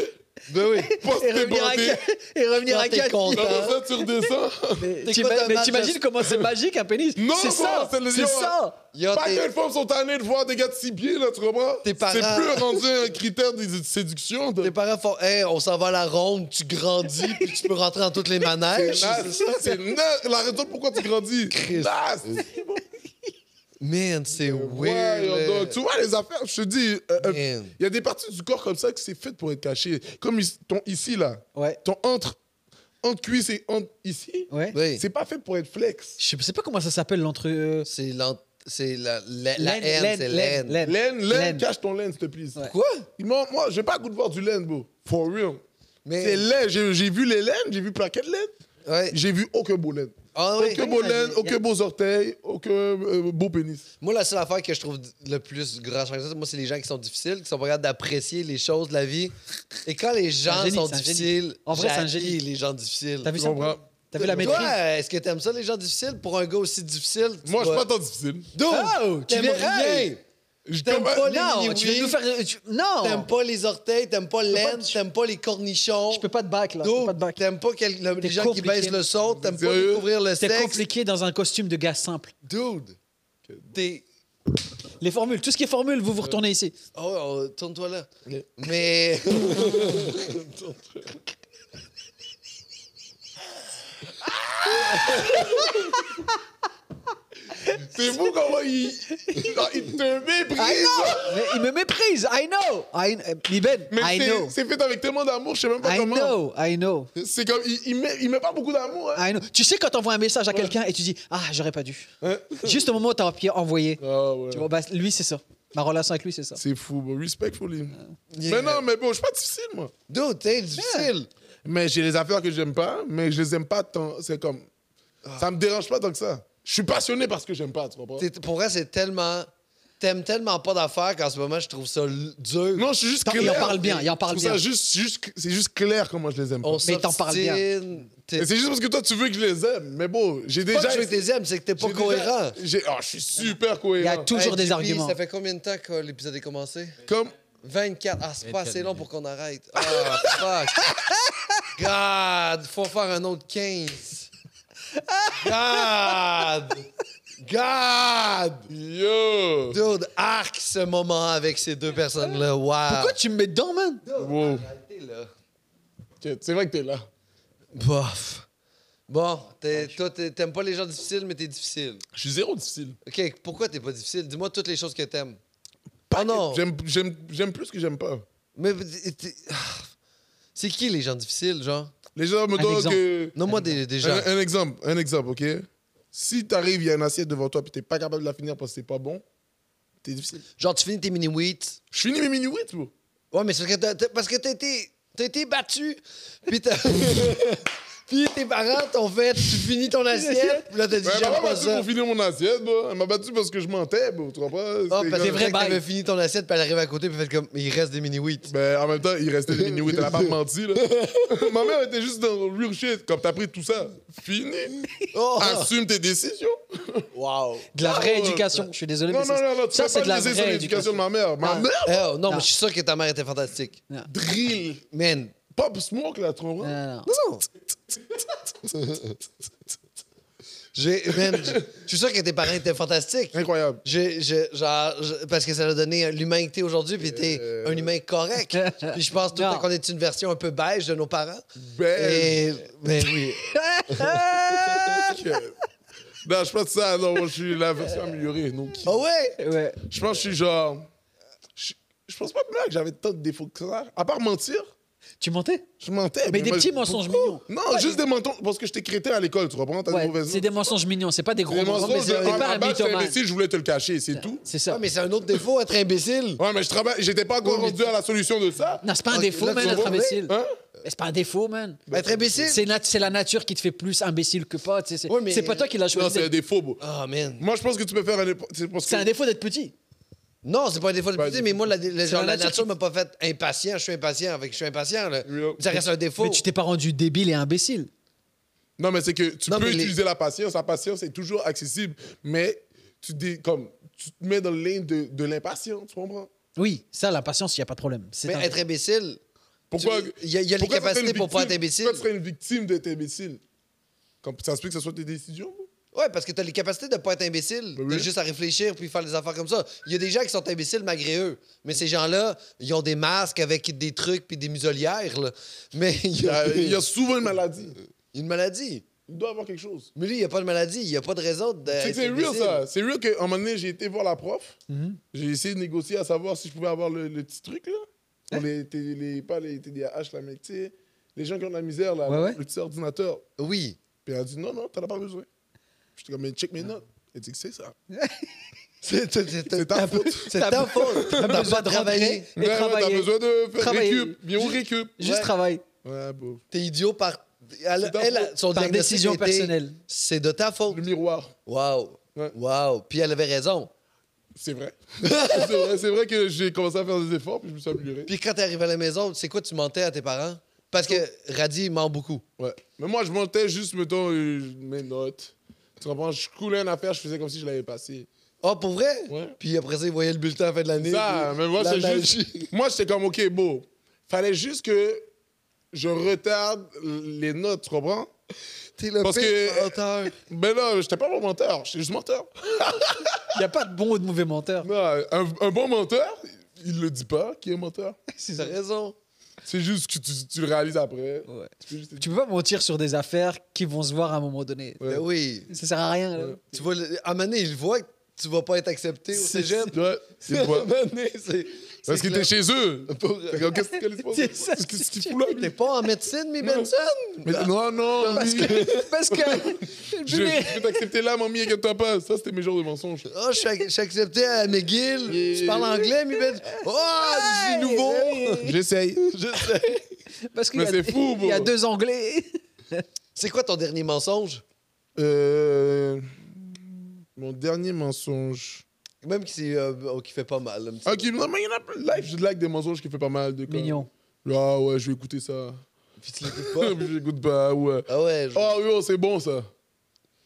Speaker 1: Ben oui.
Speaker 2: poster
Speaker 3: Et revenir à,
Speaker 2: bandé.
Speaker 3: et revenir
Speaker 1: Quand
Speaker 3: à
Speaker 1: t'es
Speaker 3: quatre
Speaker 1: content.
Speaker 3: pieds.
Speaker 2: Après ça, tu redescends.
Speaker 3: Mais
Speaker 1: T'écoutes
Speaker 3: t'ima-
Speaker 1: un
Speaker 3: mais
Speaker 1: match
Speaker 3: t'imagines
Speaker 1: à-
Speaker 3: comment c'est magique un pénis
Speaker 2: Non,
Speaker 3: C'est
Speaker 2: non,
Speaker 3: ça,
Speaker 2: c'est le-
Speaker 3: c'est ça.
Speaker 1: Il y a
Speaker 2: Pas
Speaker 1: tes-
Speaker 2: que les femmes sont tannées de voir des gars de six pieds, là, tu comprends?
Speaker 1: Tes parents-
Speaker 2: C'est plus rendu un critère de de séduction. de-
Speaker 1: [laughs] Tes parents font Hey, on s'en va à la ronde, tu grandis, puis tu peux rentrer dans toutes les manèges.
Speaker 2: C'est ça, c'est na- La raison pourquoi tu grandis. Nas-
Speaker 1: Man, c'est
Speaker 2: Ouais,
Speaker 1: weird.
Speaker 2: yo,
Speaker 1: là.
Speaker 2: donc, tu vois les affaires, je te dis, euh, euh, il
Speaker 1: Man.
Speaker 2: y a des parties du corps comme ça que c'est fait pour être caché. Comme ici- ton ici, là.
Speaker 3: Ouais.
Speaker 2: Ton entre, entre cuisse et entre ici,
Speaker 3: Ouais.
Speaker 1: Oui.
Speaker 2: c'est pas fait pour être flex.
Speaker 3: Je sais pas comment ça s'appelle l'entre. euh,
Speaker 1: C'est l'en- c'est la, la, la
Speaker 3: laine,
Speaker 1: haine, c'est
Speaker 3: laine,
Speaker 1: l'aine.
Speaker 3: laine.
Speaker 2: Laine, laine,
Speaker 3: Laine.
Speaker 2: cache ton laine, s'il te plaît.
Speaker 3: Ouais.
Speaker 1: Quoi?
Speaker 2: Non, moi, j'ai pas goût de voir du laine, bro. For real.
Speaker 1: Mais-
Speaker 2: C'est laine. J'ai j'ai vu les laines, j'ai vu plaquettes de laine.
Speaker 1: Ouais.
Speaker 2: J'ai vu aucun beau laine.
Speaker 1: Ah oui.
Speaker 2: aucun beau laine,
Speaker 3: il y a-
Speaker 2: aucun beau orteil, aucun euh, beau pénis.
Speaker 1: Moi, la seule affaire que je trouve le plus grand changement, moi, c'est les gens qui sont difficiles, qui sont pas capables d'apprécier les choses de la vie. Et quand les gens
Speaker 3: un génie,
Speaker 1: sont
Speaker 3: c'est un génie.
Speaker 1: difficiles,
Speaker 3: En vrai, c'est un
Speaker 1: j'haïs
Speaker 3: génie.
Speaker 1: les gens difficiles.
Speaker 3: T'as vu
Speaker 2: Tu
Speaker 3: ça
Speaker 2: comprends.
Speaker 3: T'as vu la maîtrise
Speaker 1: Toi, est-ce que t'aimes ça, les gens difficiles? Pour un gars aussi difficile, tu
Speaker 2: Moi, je
Speaker 1: vas- Ah,
Speaker 2: suis pas tant
Speaker 3: [laughs]
Speaker 2: difficile.
Speaker 1: Dude,
Speaker 3: Oh, tu
Speaker 1: t'aimes
Speaker 3: viens-
Speaker 1: rien!
Speaker 3: Hey,
Speaker 2: Je
Speaker 1: T'aimes
Speaker 2: comprends-
Speaker 1: pas les
Speaker 3: Non,
Speaker 1: mini-oui,
Speaker 3: tu viens nous faire. euh, tu- Non
Speaker 1: T'aimes pas les orteils, t'aimes pas
Speaker 3: pas-
Speaker 1: l'aine, t'aimes pas les cornichons.
Speaker 3: Je peux pas te back là. Je peux
Speaker 1: Dude,
Speaker 3: pas te back.
Speaker 1: T'aimes pas quel- le- les
Speaker 3: T'es
Speaker 1: gens qui
Speaker 3: compliqué.
Speaker 1: baissent le son, t'aimes pas
Speaker 2: Sérieux?
Speaker 1: découvrir le
Speaker 3: T'es
Speaker 1: sexe.
Speaker 3: compliqué dans un costume de gars simple.
Speaker 1: Dude, t'es...
Speaker 3: Les formules, tout ce qui est formule, vous vous retournez ici.
Speaker 1: Oh, oh, tourne-toi là. Mais...
Speaker 2: C'est fou comment il, genre, il te méprise.
Speaker 3: I know! Mais il me méprise, I know! I, euh, Liben,
Speaker 2: Mais
Speaker 3: I
Speaker 2: c'est-
Speaker 3: know!
Speaker 2: c'est fait avec tellement d'amour, je sais même pas
Speaker 3: I
Speaker 2: comment.
Speaker 3: know, I know,
Speaker 2: C'est comme, il, il, met, il met pas beaucoup d'amour. Hein.
Speaker 3: I know. Tu sais quand t'envoies un message à quelqu'un et tu dis Ah, j'aurais pas dû. Juste au moment où t'as appuyé envoyer.
Speaker 2: Ah ouais.
Speaker 3: Tu vois, bah, lui, c'est ça. Ma relation avec lui, c'est ça.
Speaker 2: C'est fou, bro. Respectfully.
Speaker 1: Yeah.
Speaker 2: Mais non, mais bon, je suis pas difficile, moi.
Speaker 1: Dude, t'es difficile.
Speaker 2: Mais j'ai les affaires que j'aime pas, mais je les aime pas tant. C'est comme. Ça me dérange pas tant que ça. Je suis passionné par ce que j'aime pas, tu comprends?
Speaker 1: T'es- Pour vrai, c'est tellement... T'aimes tellement pas d'affaires qu'en ce moment, je trouve ça l- dur.
Speaker 2: Non, je suis juste
Speaker 3: Attends,
Speaker 2: clair.
Speaker 3: il en parle bien, il en parle
Speaker 2: Je trouve ça
Speaker 3: bien.
Speaker 2: juste- juste- C'est juste clair comment je les aime.
Speaker 1: On
Speaker 2: pas.
Speaker 3: Mais t'en parles bien.
Speaker 1: s'obstine, t'es-
Speaker 2: Et C'est juste parce que toi, tu veux que je les aime. Mais bon, j'ai
Speaker 1: C'est
Speaker 2: déjà.
Speaker 1: pas que je veux tes aimes, c'est que t'es pas
Speaker 2: j'ai déjà-
Speaker 1: cohérent.
Speaker 2: j'ai- Ah, je suis super
Speaker 3: Il y a
Speaker 2: cohérent.
Speaker 3: tout- Toujours des
Speaker 1: JP,
Speaker 3: arguments.
Speaker 1: Ça fait combien de temps que l'épisode est commencé?
Speaker 2: Comme.
Speaker 1: 24. Ah, c'est pas
Speaker 4: 24
Speaker 1: assez long
Speaker 4: minutes.
Speaker 1: pour qu'on arrête.
Speaker 2: [laughs]
Speaker 1: Ah, fuck. God, faut faire un autre 15. God! God!
Speaker 2: Yo!
Speaker 1: Dude, arc ce moment avec ces deux personnes-là.
Speaker 2: Ah.
Speaker 1: Wow.
Speaker 3: Pourquoi tu me mets dedans, man?
Speaker 2: Wow.
Speaker 1: Arrêtez, là.
Speaker 2: Ok, C'est vrai que t'es là.
Speaker 1: Bof. Bon, t'es- toi, t'es- t'aimes pas les gens difficiles, mais t'es difficile.
Speaker 2: Je suis zéro difficile.
Speaker 1: OK, pourquoi t'es pas difficile? Dis-moi toutes les choses que t'aimes.
Speaker 2: Pas
Speaker 1: Oh non.
Speaker 3: Ah
Speaker 2: que- J'aime- J'aime j'aime plus que j'aime pas.
Speaker 1: Mais t'es- t'es- ah. [sighs] C'est qui les gens difficiles, genre?
Speaker 2: Les gens me
Speaker 3: Un
Speaker 2: disent
Speaker 3: exemple.
Speaker 2: que.
Speaker 1: Nomme-moi des, des gens.
Speaker 2: Un, un exemple, un exemple, ok Si t'arrives, il y a une assiette devant toi, puis t'es pas capable de la finir parce que c'est pas bon, t'es difficile.
Speaker 1: Genre, tu finis tes mini-wheats.
Speaker 2: Je finis mes minuit, bro.
Speaker 1: Ouais, mais c'est parce que t'as- t'as- parce que t'as été, t'as été battu. Puis, t'as- [laughs] puis tes parents t'ont fait, tu finis ton assiette. Puis là, t'as dit,
Speaker 2: Ouais, Elle m'a
Speaker 1: j'aime
Speaker 2: pas
Speaker 1: pas
Speaker 2: battu
Speaker 1: ça.
Speaker 2: pour finir mon assiette, bro. Elle m'a battu parce que je mentais, bro. Tu comprends
Speaker 1: Ah,
Speaker 2: C'est
Speaker 1: parce
Speaker 2: comme-
Speaker 1: que
Speaker 3: vrai
Speaker 1: vrai
Speaker 3: bail.
Speaker 1: t'avais fini ton assiette, puis elle arrive à côté, puis elle fait comme, il reste des mini-wheats.
Speaker 2: Ben, en même temps, il restait des minuit, elle a
Speaker 3: [laughs]
Speaker 2: pas menti, là. Ma mère était juste dans real shit. Comme t'as pris tout ça, fini.
Speaker 1: Oh!
Speaker 2: Assume tes décisions.
Speaker 1: Wow!
Speaker 3: De la
Speaker 2: Ah,
Speaker 3: vraie
Speaker 2: ouais.
Speaker 3: éducation. Je suis désolé,
Speaker 2: Non,
Speaker 3: mais
Speaker 2: non,
Speaker 3: c'est-
Speaker 2: non, non, tu
Speaker 3: ça,
Speaker 2: peux
Speaker 3: c'est de
Speaker 2: pas
Speaker 3: la
Speaker 2: te sur
Speaker 3: vraie
Speaker 2: l'éducation
Speaker 3: éducation. Ah.
Speaker 2: de ma mère. Ma
Speaker 3: Non.
Speaker 2: mère,
Speaker 1: Oh, non,
Speaker 3: Non.
Speaker 1: mais je suis sûr que ta mère était fantastique.
Speaker 2: drill.
Speaker 1: Man,
Speaker 2: Pop smoke, là, tu comprends?
Speaker 3: Non, non, non.
Speaker 1: j'ai- man,
Speaker 3: [laughs]
Speaker 1: je je suis sûr que tes parents étaient fantastiques.
Speaker 2: [laughs] Incroyable.
Speaker 1: J'ai- j'ai- genre, je- parce que ça l'a donné l'humain que t'es aujourd'hui, puis t'es un humain correct.
Speaker 3: [laughs]
Speaker 1: puis je pense tout le temps
Speaker 3: Euh. Non. Euh.
Speaker 1: qu'on est une version un peu beige de nos parents.
Speaker 2: Ben,
Speaker 1: Et,
Speaker 3: Eh
Speaker 1: mais
Speaker 3: [laughs]
Speaker 1: oui. Ah
Speaker 2: que- Non, Ben, je pense que ça, non, moi, je suis la version améliorée. Donc,
Speaker 1: Oh ouais!
Speaker 3: Ouais.
Speaker 2: je pense que je suis genre. Je, je pense pas même que j'avais tant de défauts que ça. À part mentir,
Speaker 3: Tu mentais
Speaker 2: je mentais.
Speaker 3: Mais des
Speaker 2: Eh moi,
Speaker 3: petits
Speaker 2: pourquoi?
Speaker 3: mensonges mignons.
Speaker 2: Non, juste des mensonges. Parce que j'étais crétin à l'école, tu comprends? T'as des
Speaker 3: Ouais,
Speaker 2: mauvaises
Speaker 3: c'est des mensonges mignons, c'est pas des gros
Speaker 2: Des
Speaker 3: mensonges. mais
Speaker 2: mensonges. euh,
Speaker 3: c'est-
Speaker 2: de-
Speaker 3: T'es
Speaker 2: à-
Speaker 3: pas
Speaker 2: à
Speaker 3: un
Speaker 2: base, j'étais
Speaker 3: mythomane.
Speaker 2: imbécile, je voulais te le cacher, c'est tout.
Speaker 3: C'est
Speaker 1: Ah,
Speaker 3: ça.
Speaker 1: mais c'est un autre défaut, être imbécile.
Speaker 2: Ouais, mais je travaille. J'étais pas encore
Speaker 1: Oui, mais
Speaker 2: rendu à la solution de ça.
Speaker 3: Non, c'est pas un
Speaker 1: Ok,
Speaker 3: défaut,
Speaker 1: là,
Speaker 3: man,
Speaker 1: tu
Speaker 3: d'être
Speaker 1: vois,
Speaker 3: imbécile.
Speaker 2: Hein?
Speaker 3: Mais C'est pas un défaut, man.
Speaker 1: être Bah, imbécile?
Speaker 3: ben, C'est nat- c'est la nature qui te fait plus imbécile que pas. tu sais, C'est
Speaker 1: Ouais, mais-
Speaker 3: c'est pas toi qui l'as
Speaker 2: Non,
Speaker 3: choisi.
Speaker 2: c'est un défaut, bro.
Speaker 1: Ah, man.
Speaker 2: Moi, je pense que tu peux faire un. épo- C'est parce que-
Speaker 3: C'est un défaut d'être petit.
Speaker 1: Non, c'est pas un défaut de
Speaker 3: Ben,
Speaker 2: Pas
Speaker 1: petit,
Speaker 2: du
Speaker 1: mais moi, la, la- genre,
Speaker 3: la
Speaker 1: la
Speaker 3: nature
Speaker 1: nature m'a pas fait impatient. Je suis impatient avec je suis impatient. Là.
Speaker 2: Yo.
Speaker 1: Ça reste un défaut.
Speaker 3: Mais tu t'es pas rendu débile et imbécile.
Speaker 2: Non, mais c'est que tu
Speaker 1: Non,
Speaker 2: peux
Speaker 1: mais les-
Speaker 2: utiliser la patience. La patience est toujours accessible, mais tu, dé- comme, tu te mets dans le lane de, de l'impatience, tu comprends?
Speaker 3: Oui, ça, la patience, il n'y a pas de problème. C'est
Speaker 1: mais
Speaker 3: un-
Speaker 1: être imbécile,
Speaker 2: Pourquoi
Speaker 1: Tu- il y a- il y a les
Speaker 2: pourquoi ça serait
Speaker 1: capacités
Speaker 2: une
Speaker 1: pour pas
Speaker 2: victime?
Speaker 1: être imbécile.
Speaker 2: Pourquoi tu serais une victime d'être imbécile? Comme, ça se peut que ce soit
Speaker 1: [laughs]
Speaker 2: tes décisions? bro?
Speaker 1: ouais, parce que t'as les capacités de pas être imbécile.
Speaker 2: Ben
Speaker 1: T'as
Speaker 2: oui.
Speaker 1: juste à réfléchir puis faire des affaires comme ça. Il y a des gens qui sont imbéciles malgré eux. Mais ces gens-là, ils ont des masques avec des trucs puis des muselières. là. Mais il
Speaker 2: Il
Speaker 1: y
Speaker 2: y, a,
Speaker 1: a
Speaker 2: Ben, il y a souvent une maladie.
Speaker 1: [laughs] une maladie.
Speaker 2: Il doit y avoir quelque chose.
Speaker 1: Mais lui, il n'y a pas de maladie. Il n'y a pas de raison d'être
Speaker 2: C'est que c'est real,
Speaker 1: imbécile.
Speaker 2: ça. C'est real qu'à un moment donné, j'ai été voir la prof.
Speaker 1: Mm-hmm.
Speaker 2: J'ai essayé de négocier à savoir si je pouvais avoir le, le petit truc, là.
Speaker 1: Hein?
Speaker 2: Pour les, T- les- pas les TDAH, là, mais tu sais, les gens qui ont de la misère, là,
Speaker 3: Ouais, ouais.
Speaker 2: le petit ordinateur.
Speaker 1: Oui.
Speaker 2: Puis elle a dit non, non, t'en as pas besoin. J'étais comme, mais check mes notes. Elle dit que c'est ça.
Speaker 1: C'est c'est- c'est-
Speaker 2: [laughs] C'est ta faute.
Speaker 1: c'est ta faute. [laughs] T'as
Speaker 3: T'as
Speaker 1: pas
Speaker 3: besoin de
Speaker 1: travaillé.
Speaker 3: rentrer
Speaker 2: Ouais,
Speaker 3: et
Speaker 2: ouais, T'as
Speaker 3: travailler.
Speaker 2: besoin de faire
Speaker 3: Travailler.
Speaker 2: récup. Viens au
Speaker 3: Ju-
Speaker 2: récup.
Speaker 3: Juste
Speaker 2: ouais.
Speaker 3: travail.
Speaker 2: Ouais, bon.
Speaker 1: T'es idiot par.
Speaker 2: C'est
Speaker 1: Elle,
Speaker 2: ta
Speaker 1: elle,
Speaker 2: faute.
Speaker 1: son
Speaker 3: Par
Speaker 1: diagnostic
Speaker 3: décision
Speaker 1: était,
Speaker 3: personnelle.
Speaker 1: C'est de ta faute.
Speaker 2: Le miroir.
Speaker 1: Wow.
Speaker 2: Ouais.
Speaker 1: Wow. Puis elle avait raison.
Speaker 2: C'est vrai. [laughs] c'est vrai. C'est vrai que j'ai commencé à faire des efforts, puis je me suis amélioré.
Speaker 1: Puis quand t'es arrivé à la maison, c'est quoi tu mentais à tes parents? Parce que Radi, il ment beaucoup.
Speaker 2: Ouais. Mais moi, je mentais juste, mettons, euh, mes notes. Tu comprends? Je coulais une affaire, je faisais comme si je l'avais passé.
Speaker 1: Ah, pour vrai?
Speaker 2: Ouais.
Speaker 1: Puis après ça, il voyait le bulletin à la fin de l'année.
Speaker 2: Ça,
Speaker 1: puis
Speaker 2: mais moi,
Speaker 1: la
Speaker 2: c'est
Speaker 1: magie.
Speaker 2: juste. Moi, j'étais comme, OK, beau. Fallait juste que je retarde les notes, tu comprends?
Speaker 1: T'es le
Speaker 2: Parce
Speaker 1: pire
Speaker 2: que-
Speaker 1: menteur.
Speaker 2: [laughs] Ben là, j'étais pas un bon menteur, j'étais juste menteur.
Speaker 3: Il n'y a pas de bon ou de mauvais menteur.
Speaker 2: Non, un, un bon menteur, il le dit pas qui est menteur.
Speaker 1: T'as raison.
Speaker 2: C'est juste que tu, tu le réalises après.
Speaker 3: Ouais.
Speaker 2: Tu peux juste-
Speaker 3: Tu peux pas mentir sur des affaires qui vont se voir à un moment donné.
Speaker 2: Ouais.
Speaker 1: Ben oui.
Speaker 3: Ça sert à rien. là.
Speaker 1: Tu vois, le- à un moment donné, il voit que tu vas pas être accepté au
Speaker 3: C'est-
Speaker 1: cégep.
Speaker 2: Ouais,
Speaker 1: À
Speaker 2: c'est
Speaker 1: un
Speaker 2: toi.
Speaker 1: moment donné, [laughs] c'est.
Speaker 2: Parce
Speaker 1: c'est
Speaker 2: que
Speaker 1: clair.
Speaker 2: t'es chez eux. T'es comme, Qu'est-ce
Speaker 3: [laughs]
Speaker 2: qu'elle se passe?
Speaker 3: C'est ça,
Speaker 2: Qu'est-ce que- ce
Speaker 3: c'est
Speaker 2: qu'il fout là?
Speaker 1: T'es pas en médecine, mais Benson?
Speaker 2: Mais non, non,
Speaker 3: Parce
Speaker 2: oui.
Speaker 3: que. Parce que.
Speaker 2: je, je peux t'accepter là, mamie, inquiète-toi pas. Ça, c'était mes genres de mensonges.
Speaker 1: Oh, je suis, ac- je suis accepté à McGill.
Speaker 2: Yeah.
Speaker 1: Tu parles anglais, mais ben... Oh, je suis nouveau.
Speaker 2: J'essaye.
Speaker 1: [laughs]
Speaker 3: Parce qu'il
Speaker 2: Mais
Speaker 3: y a-
Speaker 2: c'est fou,
Speaker 3: Il y a
Speaker 2: bro.
Speaker 3: deux Anglais.
Speaker 1: C'est quoi ton dernier mensonge?
Speaker 2: Euh, mon dernier mensonge.
Speaker 1: Même qui, c'est, euh, oh, qui fait pas mal. un petit
Speaker 2: Ok, non, mais il y en a plein. Live, je like des mensonges qui fait pas mal de comme-
Speaker 3: Mignon.
Speaker 2: Ah ouais, je vais écouter ça.
Speaker 1: peu. Puis tu l'écoutes pas.
Speaker 2: [laughs] je l'écoute pas, ouais.
Speaker 1: Ah ouais. je-
Speaker 2: Ah oui, oh, c'est bon ça.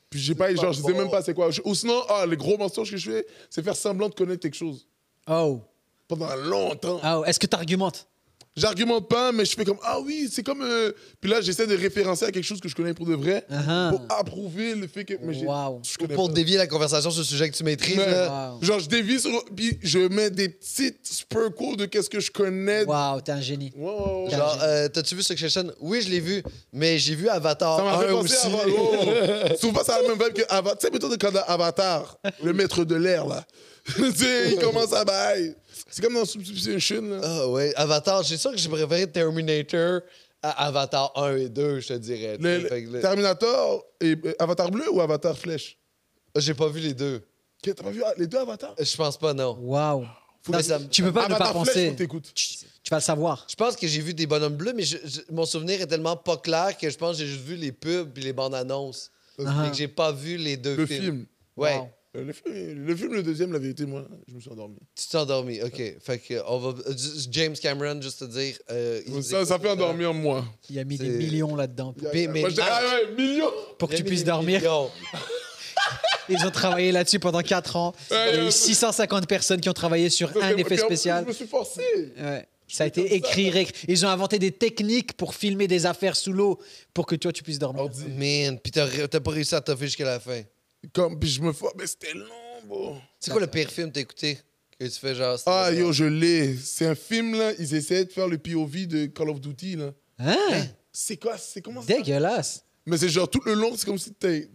Speaker 2: Puis j'ai pas,
Speaker 1: pas
Speaker 2: genre, je sais
Speaker 1: bon.
Speaker 2: même pas c'est quoi. Je- Ou sinon, ah, les gros mensonges que je fais, c'est faire semblant de connaître quelque chose.
Speaker 3: Oh.
Speaker 2: Pendant longtemps.
Speaker 3: oh. Est-ce que tu argumentes
Speaker 2: J'argumente pas, mais je fais comme, ah oui, c'est comme. euh, Puis là, j'essaie de référencer à quelque chose que je connais pour de vrai.
Speaker 3: Ah.
Speaker 2: Pour approuver le fait que. mais j'ai-
Speaker 3: Wow.
Speaker 2: Je
Speaker 1: Ou
Speaker 2: connais
Speaker 1: pour
Speaker 2: pas.
Speaker 1: dévier la conversation sur le sujet que tu maîtrises.
Speaker 2: Mais,
Speaker 1: là.
Speaker 3: Wow.
Speaker 2: Genre, je dévie sur. Puis je mets des petites spurcles de qu'est-ce que je connais.
Speaker 3: Wow, t'es un génie.
Speaker 2: Ouais, ouais, ouais.
Speaker 3: Genre,
Speaker 1: Genre, euh, t'as-tu vu Succession? Oui, je l'ai vu, mais j'ai vu Avatar
Speaker 2: ça m'a fait
Speaker 1: 1
Speaker 2: penser
Speaker 1: Ah, aussi.
Speaker 2: à Avatar. Oh, oh. Souvent, ça a la même vibe que [laughs] Avatar. Tu sais, plutôt quand dans Avatar, le maître de l'air, là. tu sais, il commence à bailler. C'est comme dans Substitution, là.
Speaker 1: [laughs] Ah ouais, Avatar, c'est sûr que j'ai préféré Terminator à Avatar 1 et 2, je te dirais. tu
Speaker 2: Le-
Speaker 1: sais.
Speaker 2: le-
Speaker 1: Fait que le-
Speaker 2: Terminator et euh, Avatar bleu ou Avatar flèche
Speaker 1: Ah, J'ai pas vu les deux.
Speaker 2: Ok, T'as pas vu ah, les deux Avatars
Speaker 1: Je pense pas, non.
Speaker 3: Waouh.
Speaker 1: Faut
Speaker 3: Non,
Speaker 1: que ça me-
Speaker 3: Tu peux pas ne pas
Speaker 2: Avatar Ah, flèche, faut
Speaker 3: penser.
Speaker 2: que t'écoutes.
Speaker 3: Tu tu vas le savoir.
Speaker 1: Je pense que j'ai vu des bonhommes bleus, mais je- je- mon souvenir est tellement pas clair que je pense que j'ai juste vu les pubs et les bandes annonces.
Speaker 3: Ah.
Speaker 1: Mais que j'ai pas vu les deux
Speaker 2: Le
Speaker 1: films.
Speaker 2: film.
Speaker 1: Ouais.
Speaker 3: Wow.
Speaker 2: Euh, Le film, le film, le deuxième, la vérité, moi, je me suis endormi.
Speaker 1: Tu t'es endormi, ok. Fait que euh, on va. euh, j- James Cameron, juste te dire. euh, il nous
Speaker 2: Ça,
Speaker 1: écoute.
Speaker 2: ça fait endormir moi.
Speaker 3: Il a mis des
Speaker 1: C'est-
Speaker 3: millions là-dedans pour,
Speaker 1: Mais- mais
Speaker 2: moi, je dis, ah ouais, millions
Speaker 3: pour que
Speaker 1: Il a
Speaker 3: tu
Speaker 1: mis
Speaker 3: puisses
Speaker 1: des
Speaker 3: dormir.
Speaker 1: millions.
Speaker 3: Ils ont travaillé là-dessus pendant 4 ans. Il y a
Speaker 2: ouais,
Speaker 3: eu 650 personnes qui ont travaillé sur un effet
Speaker 2: Puis en plus,
Speaker 3: spécial.
Speaker 2: Je me suis forcé.
Speaker 3: Ouais. Ça a été écrit, réécrit. Ils ont inventé des techniques pour filmer des affaires sous l'eau pour que toi, tu puisses dormir.
Speaker 2: Ordi.
Speaker 1: Man, pis t'as ré- t'as pas réussi à t'offrir jusqu'à la fin.
Speaker 2: Comme, puis je me force. Mais c'était long, bro.
Speaker 1: C'est quoi le pire film que t'as écouté que tu fais genre.
Speaker 2: Ah, yo, je l'ai. C'est un film, là. Ils essayaient de faire le POV de Call of Duty, là.
Speaker 3: Hein
Speaker 2: C'est quoi C'est comment ça
Speaker 3: Dégueulasse.
Speaker 2: Mais c'est genre tout le long, c'est comme si t'es.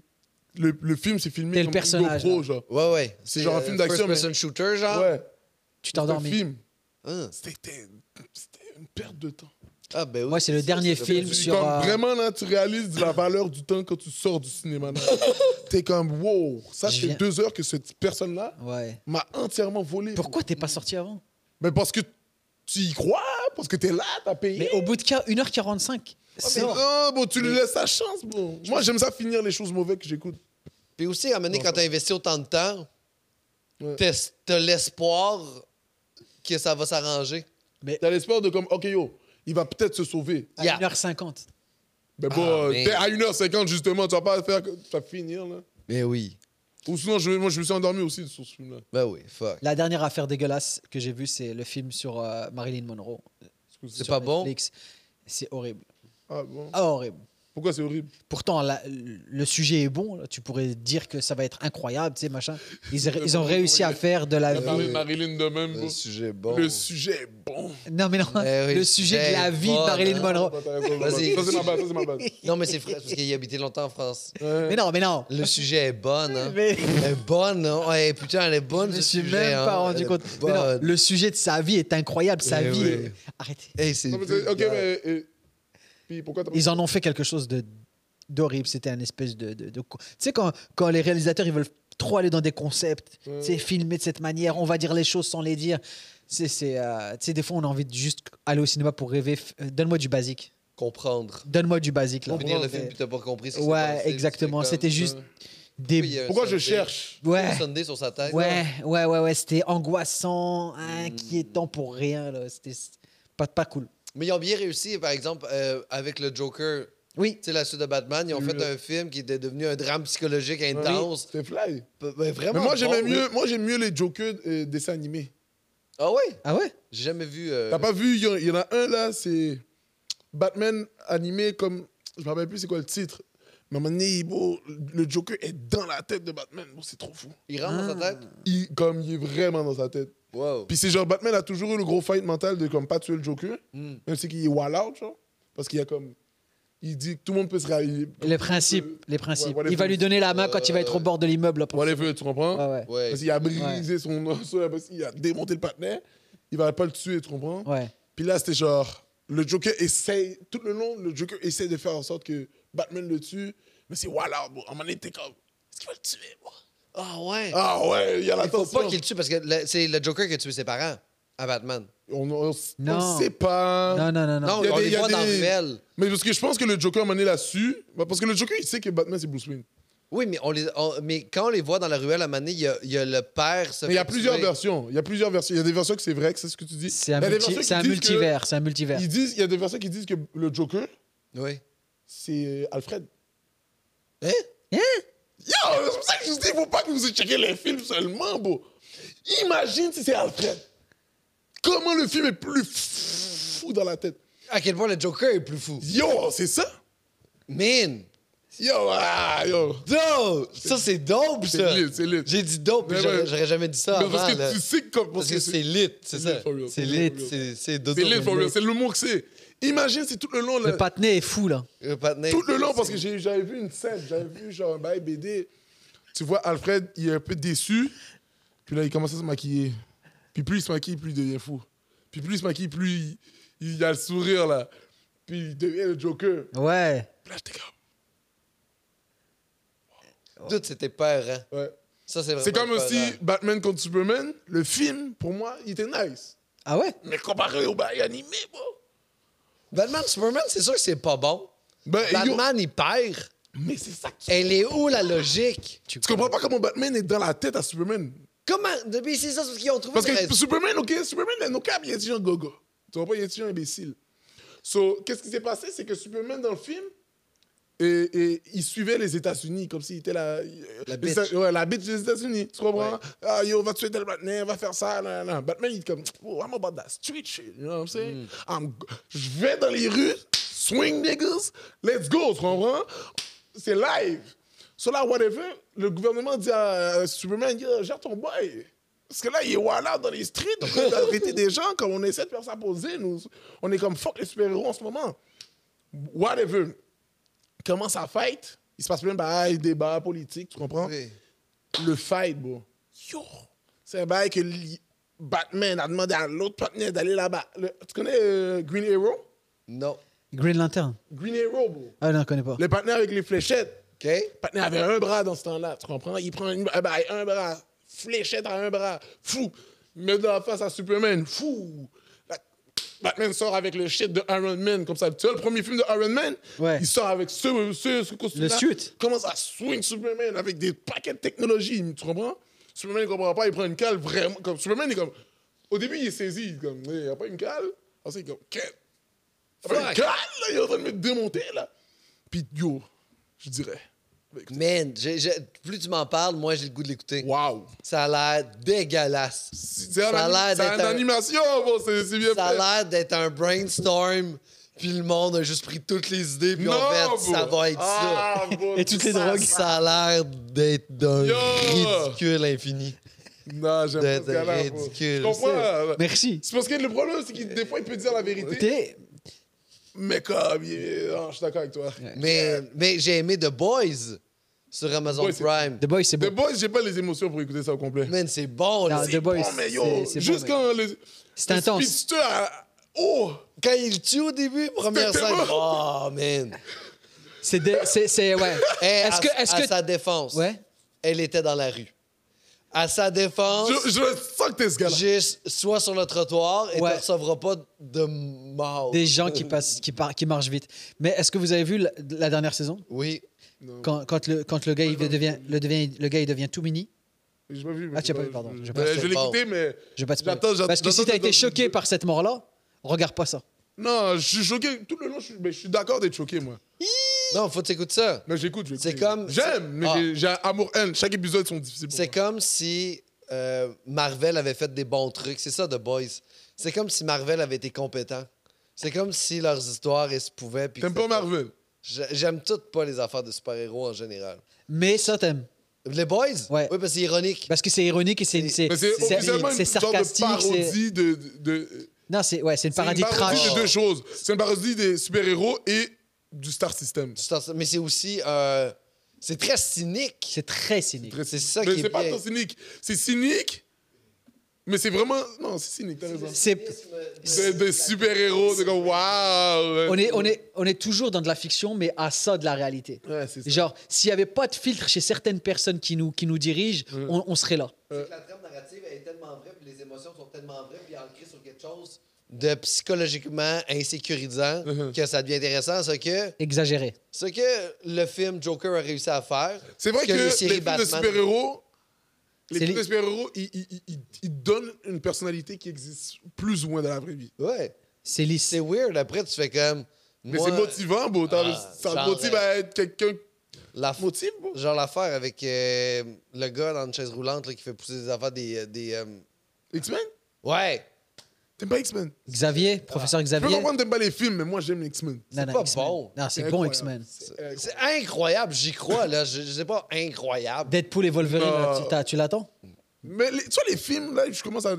Speaker 2: Le, le film, c'est filmé
Speaker 3: T'es le
Speaker 2: comme
Speaker 3: personnage,
Speaker 2: GoPro,
Speaker 3: là.
Speaker 2: genre.
Speaker 1: Ouais, ouais. euh,
Speaker 2: C'est genre un film d'action, mais-
Speaker 1: First person shooter, genre.
Speaker 2: Ouais.
Speaker 3: Tu t'es
Speaker 2: C'est un
Speaker 3: endormi.
Speaker 2: film.
Speaker 1: Hein.
Speaker 2: C'était c'était une perte de temps.
Speaker 1: Ah, ben oui.
Speaker 3: Moi, c'est le dernier
Speaker 1: c'est-
Speaker 3: film
Speaker 1: c'est-
Speaker 3: sur.
Speaker 2: Comme
Speaker 3: euh,
Speaker 2: vraiment, là, tu réalises la valeur du temps quand tu sors du cinéma.
Speaker 3: [laughs]
Speaker 2: là. T'es comme, wow, ça
Speaker 3: Je
Speaker 2: fait
Speaker 3: viens-
Speaker 2: deux heures que cette personne-là
Speaker 3: Ouais.
Speaker 2: m'a entièrement volé.
Speaker 3: Pourquoi t'es pas sorti avant
Speaker 2: Mais parce que tu y crois, parce que t'es là, t'as payé.
Speaker 3: Mais au bout de quin- 1h45.
Speaker 2: Ah, mais
Speaker 3: sors.
Speaker 2: non, bon, tu lui laisses sa chance, bon. Moi, j'aime ça finir les choses mauvaises que j'écoute.
Speaker 1: Puis aussi, à un moment donné, quand t'as investi autant de temps,
Speaker 2: Ouais.
Speaker 1: t'es- t'as l'espoir que ça va s'arranger.
Speaker 2: T'as l'espoir de comme, OK, yo, il va peut-être se sauver.
Speaker 3: À
Speaker 1: Yeah.
Speaker 3: 1h50.
Speaker 2: Mais
Speaker 1: Ah,
Speaker 2: bon, euh,
Speaker 1: mais-
Speaker 2: t'es à 1h50, justement, tu vas pas faire... que- Tu vas finir, là.
Speaker 1: Mais oui.
Speaker 2: Ou sinon, je, moi, je me suis endormi aussi sur ce film-là.
Speaker 1: Ben oui, fuck.
Speaker 3: La dernière affaire dégueulasse que j'ai vue, c'est le film sur euh, Marilyn Monroe.
Speaker 1: C'est
Speaker 3: Sur
Speaker 1: pas bon.
Speaker 3: Netflix. C'est horrible.
Speaker 2: Ah, bon.
Speaker 3: Ah, horrible.
Speaker 2: Pourquoi c'est horrible
Speaker 3: Pourtant, la- le sujet est bon. là. Tu pourrais dire que ça va être incroyable, tu sais, machin. Ils, ils ont réussi à faire
Speaker 1: Ah,
Speaker 3: de la
Speaker 2: T'as
Speaker 3: vie.
Speaker 2: parlé de Marilyn de même, bon.
Speaker 1: Le sujet bon.
Speaker 2: Le sujet est bon.
Speaker 3: Non, mais non.
Speaker 1: Eh oui,
Speaker 3: le sujet de la
Speaker 1: c'est
Speaker 3: vie de
Speaker 1: bon,
Speaker 3: Marilyn
Speaker 1: hein.
Speaker 3: Monroe.
Speaker 1: Vas-y.
Speaker 2: Vas-y. Ça, c'est ma base, ça, c'est
Speaker 1: [laughs]
Speaker 2: ma base.
Speaker 1: Non, mais c'est vrai, parce qu'il a habité longtemps en France.
Speaker 2: Ouais.
Speaker 3: Mais non, mais non.
Speaker 1: Le sujet est bon, hein.
Speaker 3: Mais-
Speaker 1: Elle est bonne, hein. Ouais, putain, elle est bonne,
Speaker 3: je me
Speaker 1: ce
Speaker 3: suis
Speaker 1: sujet.
Speaker 3: même
Speaker 1: hein.
Speaker 3: pas
Speaker 1: Elle
Speaker 3: rendu
Speaker 1: est
Speaker 3: compte. Mais non,
Speaker 1: bonne.
Speaker 3: le sujet de sa vie est incroyable. Sa
Speaker 1: Eh
Speaker 3: vie.
Speaker 1: oui.
Speaker 3: est- Arrêtez.
Speaker 1: Hey, c'est
Speaker 2: Non, mais c'est- OK,
Speaker 1: vulgaire.
Speaker 2: mais... et- Puis pourquoi t'as pas...
Speaker 3: Ils en ont fait quelque chose de d'horrible. C'était un espèce de. de- de- Tu sais, quand, quand les réalisateurs, ils veulent trop aller dans des concepts,
Speaker 2: Ouais.
Speaker 3: tu sais, filmer de cette manière, on va dire les choses sans les dire. C'est, c'est, euh, tu sais, des fois, on a envie de juste aller au cinéma pour rêver. F- euh, Donne-moi du basique.
Speaker 1: Comprendre.
Speaker 3: Donne-moi du basique. Là.
Speaker 1: Finir le
Speaker 3: Mais-
Speaker 1: film, puis t'as pas compris ce qui s'est passé,
Speaker 3: ouais,
Speaker 1: tu
Speaker 3: exactement.
Speaker 1: fais comme- euh,
Speaker 3: C'était juste
Speaker 1: Pourquoi il y
Speaker 3: des.
Speaker 1: a un
Speaker 2: Pourquoi je
Speaker 1: Sunday?
Speaker 2: cherche
Speaker 1: Un
Speaker 3: Ouais.
Speaker 1: Sunday sur sa tête.
Speaker 3: Ouais, ouais, ouais, ouais, c'était angoissant, inquiétant pour rien, là. C'était pas, pas cool.
Speaker 1: Mais ils ont bien réussi, par exemple, euh, avec le Joker.
Speaker 3: Oui,
Speaker 1: Tu sais, la suite de Batman, ils ont
Speaker 2: Oui,
Speaker 1: fait
Speaker 2: là.
Speaker 1: un film qui était devenu un drame psychologique intense.
Speaker 2: Hein? C'est fly.
Speaker 1: P- ben, vraiment.
Speaker 2: Mais moi,
Speaker 1: bon.
Speaker 2: j'aimais mieux, moi, j'aime mieux les Jokers euh, dessins animés.
Speaker 1: Ah ouais?
Speaker 3: ah ouais
Speaker 1: J'ai jamais vu. euh,
Speaker 2: T'as pas vu, il y en- il y en a un là, c'est Batman animé comme. Je me rappelle plus c'est quoi le titre. Mais à un moment donné, bon, le Joker est dans la tête de Batman. Bon, c'est trop fou.
Speaker 1: Il rentre dans sa tête?
Speaker 2: Il, comme il est vraiment dans sa tête.
Speaker 3: Ah.
Speaker 1: Wow.
Speaker 2: Puis c'est genre Batman a toujours eu le gros fight mental de comme pas tuer le Joker,
Speaker 1: Mm.
Speaker 2: même si qu'il est wall out, genre. Parce qu'il y a comme. Il dit que tout le monde peut se réaliser.
Speaker 3: Les principes, les
Speaker 2: Ouais,
Speaker 3: principes.
Speaker 2: voilà,
Speaker 3: il va lui donner la main quand il va être au
Speaker 1: euh,
Speaker 3: bord de l'immeuble. là, pour-
Speaker 2: Whatever, tu comprends?
Speaker 3: Ouais, ouais.
Speaker 1: Ouais.
Speaker 2: Parce qu'il a brisé son. [laughs] son- Parce qu'il a démonté le partenaire. Il va pas le tuer, tu comprends?
Speaker 3: Ouais.
Speaker 2: Puis là, c'était genre, le Joker essaye, tout le long, le Joker essaye de faire en sorte que Batman le tue, mais c'est voilà, bro. À un moment donné, t'es comme, est-ce qu'il va le tuer, moi
Speaker 1: Ah ouais.
Speaker 2: Ah ouais, il y a la
Speaker 1: il faut pas
Speaker 2: tension.
Speaker 1: qu'il le tue parce que le- c'est le Joker qui a tué ses parents à Batman.
Speaker 2: On on- on
Speaker 3: Non.
Speaker 2: le sait pas.
Speaker 3: Non, non, non, non.
Speaker 1: Non,
Speaker 2: Il y a
Speaker 1: on
Speaker 2: des-
Speaker 1: les
Speaker 2: il y a
Speaker 1: voit dans
Speaker 2: des-
Speaker 1: Nouvelle.
Speaker 2: Mais parce que je pense que le Joker, à un moment donné, l'a su. Bah, Parce que le Joker, il sait que Batman, c'est Bruce Wayne.
Speaker 1: Oui, mais, on les, on- mais quand on les voit dans la ruelle à Mané, il y a, il y a le père. se
Speaker 2: Mais il y a
Speaker 1: fait
Speaker 2: plusieurs
Speaker 1: tuer.
Speaker 2: versions. Il y a plusieurs versions. Il y a des versions que c'est vrai, que c'est ce que tu dis.
Speaker 3: C'est un,
Speaker 2: Il y a des
Speaker 3: multi-
Speaker 2: versions qui
Speaker 3: c'est un
Speaker 2: disent que-
Speaker 3: multivers, c'est un multivers.
Speaker 2: Ils disent, il y a des versions qui disent que le Joker,
Speaker 1: Oui.
Speaker 2: c'est Alfred.
Speaker 1: Hein?
Speaker 2: Yo, c'est pour ça que je vous dis, il faut pas que vous checker les films seulement, bro. Imagine si c'est Alfred. Comment le film est plus fou dans la tête.
Speaker 1: À quel point le Joker est plus fou.
Speaker 2: Yo, c'est ça?
Speaker 1: Man!
Speaker 2: Yo, ah, yo.
Speaker 1: Yo! Ça, c'est dope, ça!
Speaker 2: C'est lit, c'est lit.
Speaker 1: J'ai dit dope, puis
Speaker 2: Mais
Speaker 1: j'aurais
Speaker 2: ouais.
Speaker 1: j'aurais jamais dit ça
Speaker 2: Mais
Speaker 1: avant.
Speaker 2: parce que
Speaker 1: là.
Speaker 2: tu sais comme.
Speaker 1: Parce que c'est lit, c'est
Speaker 2: c'est
Speaker 1: ça.
Speaker 2: lit for real,
Speaker 1: C'est
Speaker 2: c'est
Speaker 1: lit,
Speaker 2: lit for real.
Speaker 1: c'est- c'est
Speaker 2: C'est lit, for real.
Speaker 1: dodo.
Speaker 2: C'est l'humour que c'est. Imagine si tout le long, là,
Speaker 3: Le patiné est fou, là.
Speaker 1: Le patiné.
Speaker 2: tout le long, parce que j'ai- j'avais vu une scène, j'avais vu genre un bail BD. Tu vois, Alfred, il est un peu déçu. Puis là, il commence à se maquiller. Puis plus il se maquille, plus il devient fou. Puis plus il se maquille, plus il, il a le sourire, là. Puis il devient le Joker.
Speaker 3: Ouais.
Speaker 2: Puis là, j'étais comme...
Speaker 1: Tout, c'était peur, hein?
Speaker 2: Ouais.
Speaker 1: Ça, c'est vraiment
Speaker 2: C'est comme
Speaker 1: épeurant.
Speaker 2: aussi Batman contre Superman. Le film, pour moi, il était nice.
Speaker 3: Ah ouais
Speaker 2: Mais comparé au bail animé, bon.
Speaker 1: Batman, Superman, c'est sûr que c'est pas bon.
Speaker 2: Ben, yo,
Speaker 1: Batman, il perd.
Speaker 2: mais c'est ça que tu...
Speaker 1: Elle est où, la logique?
Speaker 2: Tu comprends pas comment Batman est dans la tête à Superman.
Speaker 1: Comment? Depuis, c'est ça, c'est parce qu'ils ont trouvé
Speaker 2: Parce
Speaker 1: des
Speaker 2: que
Speaker 1: raisons.
Speaker 2: Superman, OK, Superman, il est nocable, il est un gogo. Tu vois pas, il est un imbécile. So, qu'est-ce qui s'est passé? C'est que Superman, dans le film, et, et il suivait les États-Unis comme s'il était la...
Speaker 1: La
Speaker 2: les-
Speaker 1: bitch.
Speaker 2: ouais, la bitch des États-Unis. Tu comprends?
Speaker 1: Ouais.
Speaker 2: Ah, yo, va tuer tel Batman, va faire ça. Là, là. Batman, il est comme, oh, I'm about that street shit. You know what I'm
Speaker 1: Mm.
Speaker 2: saying? I'm- Je vais dans les rues, swing niggas, let's go, tu comprends? C'est live. So là, whatever, le gouvernement dit à à Superman, yo, gère ton boy. Parce que là, il est wild out dans les streets, en
Speaker 1: [laughs]
Speaker 2: train d'arrêter des gens, comme on essaie de faire ça poser. Nous, on est comme fuck les super-héros en ce moment. Whatever. Commence à fight. Il se passe plein de bagailles, débats politiques, tu comprends?
Speaker 1: Oui.
Speaker 2: le fight, bro. Yo! C'est un bail que li- Batman a demandé à l'autre partenaire d'aller là-bas. Le- Tu connais euh, Green Arrow?
Speaker 1: Non.
Speaker 3: Green Lantern.
Speaker 2: Green Arrow, bro.
Speaker 3: Ah non, je connais pas.
Speaker 2: Le partenaire avec les fléchettes.
Speaker 1: OK?
Speaker 2: Le partenaire avait un bras dans ce temps-là, tu comprends? Il prend une- un bail, un bras, fléchette à un bras, fou! Met dans la face à Superman, fou! La- Batman sort avec le shit de Iron Man, comme ça. Tu vois le premier film de Iron Man?
Speaker 3: Ouais.
Speaker 2: Il sort avec ce, ce, ce costume
Speaker 3: Le suit.
Speaker 2: commence à swing Superman avec des paquets de technologies, tu comprends? Superman ne comprend pas, il prend une cale vraiment. Comme, Superman est comme. Au début, il est saisi, il est comme, il n'y a pas une cale. Ensuite, il est comme, qu'est-ce? Il y a pas une
Speaker 1: Fuck.
Speaker 2: cale, là, il est en train de me démonter, là. Puis, yo, je dirais.
Speaker 1: Man, j'ai- j'ai- plus tu m'en parles, moi, j'ai le goût de l'écouter.
Speaker 2: Waouh!
Speaker 1: Ça a l'air dégueulasse.
Speaker 2: C'est
Speaker 1: Ça a l'air
Speaker 2: ah, c'est
Speaker 1: d'être
Speaker 2: en
Speaker 1: un-
Speaker 2: animation, bon, c'est c'est bien
Speaker 1: Ça a
Speaker 2: fait.
Speaker 1: l'air d'être un brainstorm, puis le monde a juste pris toutes les idées, puis en fait,
Speaker 2: bon.
Speaker 1: ça va être ça.
Speaker 2: ah, Bon,
Speaker 3: Et toutes les
Speaker 1: Ça,
Speaker 3: drogues.
Speaker 1: ça a l'air d'être d'un
Speaker 2: Yo!
Speaker 1: ridicule infini.
Speaker 2: Non, j'aime pas
Speaker 1: de-
Speaker 2: ce gars-là.
Speaker 1: de
Speaker 2: bon.
Speaker 1: ridicule.
Speaker 2: Je comprends. là.
Speaker 3: Merci.
Speaker 2: C'est parce que le problème, c'est que des fois, il peut dire la vérité.
Speaker 3: T'es-
Speaker 2: Mais comme, il est- non, je suis d'accord avec toi.
Speaker 1: Mais, mais j'ai aimé The Boys sur Amazon
Speaker 2: Boys, c'est-
Speaker 1: Prime.
Speaker 3: The Boys, c'est
Speaker 2: The
Speaker 3: bon.
Speaker 2: Boys, j'ai pas les émotions pour écouter ça au complet.
Speaker 1: Man, c'est bon, là.
Speaker 3: Non,
Speaker 1: C'est-
Speaker 3: The Boys,
Speaker 2: Bon, mais yo,
Speaker 3: c'est- c'est bon,
Speaker 2: juste
Speaker 3: mais-
Speaker 2: quand le.
Speaker 3: C'est
Speaker 2: le
Speaker 3: intense.
Speaker 2: speedster a- Oh!
Speaker 1: Quand il le tue au début, première
Speaker 2: C'était
Speaker 1: scène.
Speaker 2: bon.
Speaker 1: Oh, man.
Speaker 3: C'est des- c'est- c'est-
Speaker 2: [laughs]
Speaker 3: ouais.
Speaker 1: Hey,
Speaker 3: Est-ce
Speaker 1: à,
Speaker 3: que est-ce
Speaker 1: à
Speaker 3: que
Speaker 1: sa défense,
Speaker 3: ouais.
Speaker 1: elle était dans la rue. À sa défense,
Speaker 2: Je, je sens que t'es ce gars-là.
Speaker 1: juste soit sur le trottoir et
Speaker 3: Ouais.
Speaker 1: tu recevras pas de mort.
Speaker 3: des gens qui passent qui par- qui marchent vite. Mais est-ce que vous avez vu la, la dernière saison
Speaker 1: Oui.
Speaker 3: quand, quand le quand le gars il devient le devient le gars il devient tout mini
Speaker 2: J'ai pas vu. mais
Speaker 3: Ah, tu
Speaker 2: j'ai
Speaker 3: as pas vu, pardon, j'ai
Speaker 2: Je,
Speaker 3: pas
Speaker 1: vu.
Speaker 2: euh, je l'ai
Speaker 1: Bon.
Speaker 2: écouté, mais.
Speaker 3: Je vais pas te spoiler.
Speaker 2: J'attends, j'attends-
Speaker 3: Parce que si
Speaker 2: j'attends-
Speaker 3: t'as été
Speaker 2: j'attends-
Speaker 3: choqué par cette mort là, regarde pas ça.
Speaker 2: Non, je suis choqué. Tout le long, je suis, mais je suis d'accord d'être choqué, moi.
Speaker 1: Non, faut t'écouter ça.
Speaker 2: Mais j'écoute, j'écoute.
Speaker 1: C'est comme-
Speaker 2: J'aime, mais
Speaker 1: Ah.
Speaker 2: j'ai- j'ai amour-haine. Chaque épisode, sont difficiles. pour
Speaker 1: C'est
Speaker 2: moi.
Speaker 1: comme si euh, Marvel avait fait des bons trucs. C'est ça, The Boys. C'est comme si Marvel avait été compétent. C'est comme si leurs histoires, elles se pouvaient. puis
Speaker 2: T'aimes
Speaker 1: que
Speaker 2: pas
Speaker 1: c'était-
Speaker 2: Marvel?
Speaker 1: J'a- J'aime toutes pas les affaires de super-héros en général.
Speaker 3: Mais ça t'aimes
Speaker 1: Les Boys?
Speaker 3: Ouais.
Speaker 1: Oui, parce que c'est ironique.
Speaker 3: parce que c'est ironique et c'est c'est
Speaker 2: Mais c'est
Speaker 3: c'est-
Speaker 2: officiellement
Speaker 3: c'est
Speaker 2: une sorte de
Speaker 3: sarcastique, c'est
Speaker 2: parodie de. de, de-
Speaker 3: non c'est ouais, c'est une
Speaker 2: c'est
Speaker 3: parodie Oh.
Speaker 2: une parodie
Speaker 3: trash.
Speaker 2: de deux choses. C'est une parodie des super-héros et du Star System.
Speaker 1: Tu t'en- Mais c'est aussi... euh, c'est très cynique.
Speaker 3: C'est très cynique.
Speaker 1: C'est ça
Speaker 2: Mais
Speaker 1: qui
Speaker 2: c'est
Speaker 1: est
Speaker 2: pas
Speaker 1: bien.
Speaker 2: tant cynique. C'est cynique, mais c'est vraiment. Non, c'est cynique, t'as raison.
Speaker 3: C'est
Speaker 2: De, de super-héros, c'est comme waouh!
Speaker 3: on est on est on est toujours dans de la fiction mais à ça de la réalité.
Speaker 2: euh, Ouais, c'est ça.
Speaker 3: Genre, s'il n'y avait pas de filtre chez certaines personnes qui nous, qui nous dirigent, on, on serait là.
Speaker 2: Euh,
Speaker 1: que la trame narrative elle est tellement vraie, puis les émotions sont tellement vraies, puis ancrées sur quelque chose de psychologiquement insécurisant
Speaker 2: Mhm.
Speaker 1: que ça devient intéressant. Ce que,
Speaker 3: Exagéré.
Speaker 1: ce que le film Joker a réussi à faire,
Speaker 2: C'est vrai
Speaker 1: ce
Speaker 2: que,
Speaker 1: les
Speaker 2: les
Speaker 1: séries
Speaker 2: films de
Speaker 1: Batman-
Speaker 2: super-héros, les
Speaker 3: C'est
Speaker 2: films de
Speaker 3: les-
Speaker 2: super-héros, ils, ils- ils- ils donnent une personnalité qui existe plus ou moins dans la vraie vie.
Speaker 1: Ouais.
Speaker 3: C'est lisse.
Speaker 1: C'est weird. Après, tu fais comme.
Speaker 2: Mais
Speaker 1: moi,
Speaker 2: c'est motivant, bro. T'as-
Speaker 1: Ah,
Speaker 2: ça te
Speaker 1: genre,
Speaker 2: motive
Speaker 1: euh,
Speaker 2: à être quelqu'un qui
Speaker 1: La
Speaker 2: te motive, bro.
Speaker 1: Genre l'affaire avec euh, le gars dans une chaise roulante là, qui fait pousser des affaires des. euh, des euh,
Speaker 2: X-Men?
Speaker 1: Ouais!
Speaker 2: T'aimes pas X-Men?
Speaker 3: Xavier, professeur
Speaker 2: Ah. Je peux
Speaker 3: Xavier.
Speaker 2: comprendre que t'aimes pas les films, mais moi, j'aime les X-Men.
Speaker 3: Non, non,
Speaker 1: pas
Speaker 3: X-Men.
Speaker 1: bon.
Speaker 3: Non, c'est bon
Speaker 2: incroyable.
Speaker 3: X-Men.
Speaker 2: C'est incroyable.
Speaker 1: C'est incroyable, j'y crois, là. Je, je sais pas, incroyable.
Speaker 3: Deadpool et Wolverine,
Speaker 2: Non.
Speaker 3: là, tu, t'as- tu l'attends
Speaker 2: Mais les- tu vois, les films, là, je commence à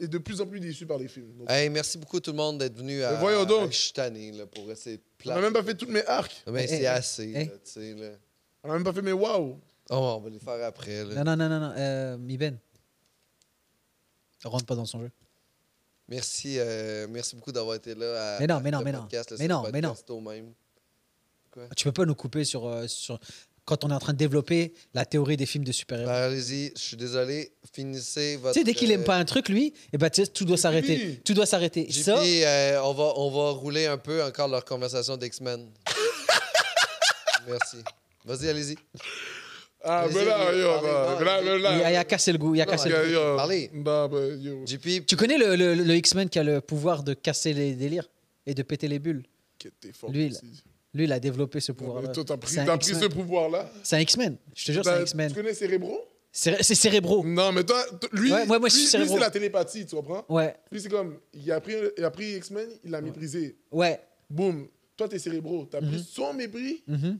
Speaker 2: être de plus en plus déçu par les films. Donc,
Speaker 1: Hey, merci beaucoup tout le monde d'être venu à.
Speaker 2: Mais voyons donc.
Speaker 1: à- Je suis tanné, là, pour essayer de
Speaker 2: on n'a même pas fait tous mes arcs.
Speaker 1: Mais
Speaker 3: Eh,
Speaker 1: c'est
Speaker 3: eh,
Speaker 1: assez,
Speaker 3: eh.
Speaker 1: là, tu sais, là.
Speaker 2: On n'a même pas fait mes wow.
Speaker 1: Oh, on va les faire après, là.
Speaker 3: Non, non, non, non, non. euh, Iben. Rentre pas dans son jeu.
Speaker 1: Merci, euh, merci beaucoup d'avoir été là. À,
Speaker 3: Mais non,
Speaker 1: à
Speaker 3: mais non,
Speaker 1: le
Speaker 3: mais non.
Speaker 1: podcast, le
Speaker 3: Mais non,
Speaker 1: seul
Speaker 3: mais non.
Speaker 1: podcast au même.
Speaker 3: Tu peux pas nous couper sur, euh, sur quand on est en train de développer la théorie des films de super-héros.
Speaker 1: Ben, Allez-y, je suis désolé. Finissez votre. euh,
Speaker 3: tu sais, dès qu'il aime pas un truc, lui, et ben, tu sais, tout doit
Speaker 2: fini.
Speaker 3: s'arrêter. Tout doit s'arrêter.
Speaker 1: JP,
Speaker 3: Ça,
Speaker 1: euh, on, va, on va rouler un peu encore leur conversation
Speaker 3: [laughs]
Speaker 1: d'X-Men. merci. Vas-y, allez-y.
Speaker 2: Ah,
Speaker 1: Vas-y,
Speaker 2: mais là,
Speaker 1: allez,
Speaker 2: yo,
Speaker 1: parlez,
Speaker 2: non, mais là,
Speaker 1: parlez.
Speaker 2: mais
Speaker 3: il,
Speaker 2: là.
Speaker 3: a, il a cassé le goût. Il a
Speaker 1: Non,
Speaker 3: cassé
Speaker 1: il
Speaker 3: le
Speaker 1: y
Speaker 2: Yeah,
Speaker 1: a-
Speaker 3: goût.
Speaker 2: yo.
Speaker 1: Parlez.
Speaker 2: Non, mais Bah, yo.
Speaker 1: JP,
Speaker 3: Tu connais le, le- le X-Men qui a le pouvoir de casser les délires et de péter les bulles
Speaker 2: Qu'est-ce que t'es fort,
Speaker 3: Lui, là.
Speaker 2: aussi.
Speaker 3: Lui, il a développé ce
Speaker 2: Non,
Speaker 3: pouvoir-là.
Speaker 2: mais Toi, t'as pris,
Speaker 3: C'est un
Speaker 2: t'as pris ce Bah,
Speaker 3: X-Men.
Speaker 2: pouvoir-là.
Speaker 3: C'est un X-Men. Je te jure, c'est
Speaker 2: T'as-
Speaker 3: un
Speaker 2: Tu
Speaker 3: X-Men.
Speaker 2: connais Cérébro
Speaker 3: C'est c'est cérébro.
Speaker 2: Non, mais toi, t- lui,
Speaker 3: Ouais, moi, moi, je suis
Speaker 2: lui, lui,
Speaker 3: Cérébro.
Speaker 2: c'est la télépathie, tu comprends
Speaker 3: Ouais,
Speaker 2: Lui, c'est comme, il a pris, il a pris X-Men, il l'a méprisé.
Speaker 3: ouais.
Speaker 2: Boum. Toi, t'es Cérébro. T'as pris son mépris.
Speaker 3: Mhm.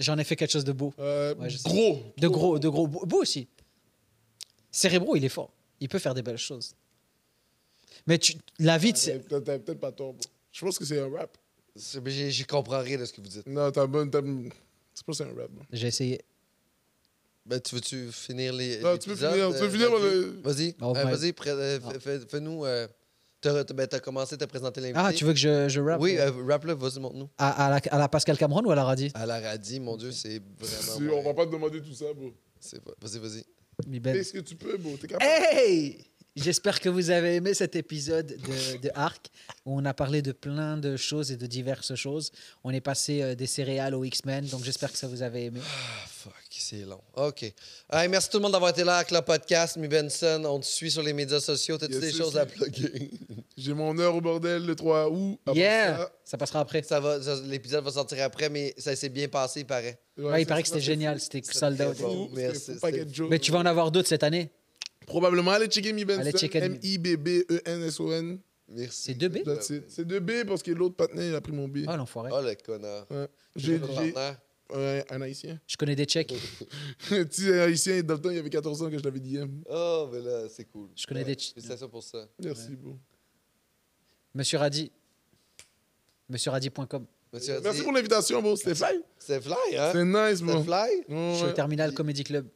Speaker 3: J'en ai fait quelque chose de beau.
Speaker 2: euh,
Speaker 3: Ouais, je sais.
Speaker 2: gros.
Speaker 3: De gros, de gros. Beau beau aussi. Cérébro, il est fort. Il peut faire des belles choses. Mais tu- la vie,
Speaker 2: T'as
Speaker 3: c'est.
Speaker 2: t'as- t'as peut-être pas tort. bro. Je pense que c'est un rap.
Speaker 1: c'est- mais j'y j'y comprends rien de ce que vous dites.
Speaker 2: Non, t'as bonne. t'as- Je pense que c'est un rap. bro.
Speaker 3: J'ai essayé.
Speaker 1: Ben, tu veux-tu finir les.
Speaker 2: Non, Ben, tu peux
Speaker 1: l'épisode,
Speaker 2: finir- tu peux
Speaker 1: euh,
Speaker 2: finir,
Speaker 1: Mathieu?
Speaker 2: euh,
Speaker 1: Vas-y,
Speaker 3: Oh,
Speaker 1: euh,
Speaker 3: ouais.
Speaker 1: vas-y, pré- euh, fais- fais- fais-nous. euh, t'as ben, t'as commencé à te présenter l'invité.
Speaker 3: Ah, tu veux que je, je rappe
Speaker 1: Oui,
Speaker 3: euh,
Speaker 1: euh, rap-le, vas-y, montre-nous.
Speaker 3: à, à la, à la Pascal Cameron ou à la Radi
Speaker 1: À la radie, mon Dieu, c'est
Speaker 3: bah,
Speaker 1: vraiment.
Speaker 2: C'est- On va
Speaker 1: ouais,
Speaker 2: pas te demander tout ça, bro.
Speaker 1: c'est pas- Vas-y, vas-y.
Speaker 3: Mi Ben.
Speaker 2: Fais ce que tu peux, bro. T'es
Speaker 3: Eh!
Speaker 2: capable.
Speaker 3: Hey J'espère que vous avez aimé cet épisode de, de Arc où on a parlé de plein de choses et de diverses choses. On est passé euh, des céréales aux X-Men, donc j'espère que ça vous avez aimé.
Speaker 1: Ah, fuck, c'est long. OK. Hey, merci tout le monde d'avoir été là avec le podcast. Mi Benson, on te suit sur les médias sociaux. T'as-tu
Speaker 2: Yes,
Speaker 1: des
Speaker 2: yes,
Speaker 1: choses
Speaker 2: yes.
Speaker 1: à plugger? [laughs]
Speaker 2: J'ai mon heure au bordel le 3 août. Après
Speaker 3: yeah
Speaker 2: bah, ça,
Speaker 3: Ça passera après.
Speaker 1: Ça va, ça- l'épisode va sortir après, mais ça s'est bien passé, il paraît.
Speaker 2: ouais,
Speaker 3: Ouais, Ah, il
Speaker 2: ça,
Speaker 3: paraît que
Speaker 2: ça,
Speaker 3: c'était
Speaker 2: c'est
Speaker 3: génial, c'était sold
Speaker 1: très
Speaker 3: out.
Speaker 1: bon.
Speaker 2: fou,
Speaker 1: Merci,
Speaker 2: c'est fou,
Speaker 1: c'était-
Speaker 2: paquet de jokes.
Speaker 3: Mais tu vas en avoir d'autres cette année.
Speaker 2: Probablement. Allez checker Mi Benson.
Speaker 3: Allez checker-
Speaker 2: E M-I-B-B-E-N-S-O-N.
Speaker 1: Merci.
Speaker 3: C'est deux B?
Speaker 2: That's it. C'est deux B parce que l'autre partenaire, il a pris mon B.
Speaker 3: Oh l'enfoiré.
Speaker 1: Oh, le connard.
Speaker 2: Ouais. J'ai
Speaker 1: Le
Speaker 2: j'ai-
Speaker 1: partenaire.
Speaker 2: ouais, un haïtien. [laughs]
Speaker 3: Je connais des Tchèques.
Speaker 2: Un petit haïtien, dans le temps, il avait 14 ans que je l'avais dit. hein.
Speaker 1: Oh, mais là, c'est cool.
Speaker 3: Je connais
Speaker 1: Ouais,
Speaker 3: des-
Speaker 1: Félicitations pour ça.
Speaker 2: Merci, bro.
Speaker 3: Monsieur Radi. MonsieurRadi.com.
Speaker 1: Monsieur
Speaker 2: Merci
Speaker 1: Hardy,
Speaker 2: pour l'invitation, bro. C'était fly.
Speaker 1: C'est fly, hein?
Speaker 2: C'était nice,
Speaker 1: C'est
Speaker 2: bro.
Speaker 1: fly.
Speaker 2: Ouais,
Speaker 3: Je suis au
Speaker 2: ouais.
Speaker 3: Terminal Comedy Club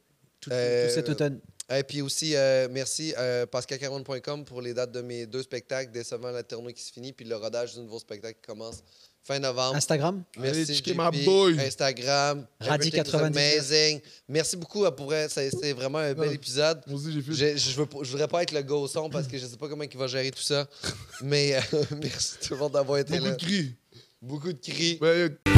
Speaker 3: tout, tout
Speaker 1: Euh,
Speaker 3: cet automne.
Speaker 1: Et puis aussi, euh, merci euh, pascalcaron.com pour les dates de mes deux spectacles, Décevant la tournée qui se finit, puis le rodage du nouveau spectacle qui commence fin novembre.
Speaker 3: Instagram.
Speaker 1: Merci,
Speaker 2: Allez, checker
Speaker 1: JP,
Speaker 2: my boy.
Speaker 1: Instagram.
Speaker 3: Radi
Speaker 1: Everything is
Speaker 3: 99.
Speaker 1: Amazing. Merci beaucoup. euh, Pour vrai, ça- C'était vraiment un bel
Speaker 2: Ouais.
Speaker 1: épisode.
Speaker 2: Moi aussi, j'ai fait.
Speaker 1: Je, je, veux, pas- je voudrais pas être le gars au son parce que je sais pas comment il va gérer [laughs] tout ça. Mais euh, [laughs] merci tout le monde d'avoir été
Speaker 2: Beaucoup
Speaker 1: là.
Speaker 2: de cris.
Speaker 1: Beaucoup de cris.
Speaker 2: Ouais,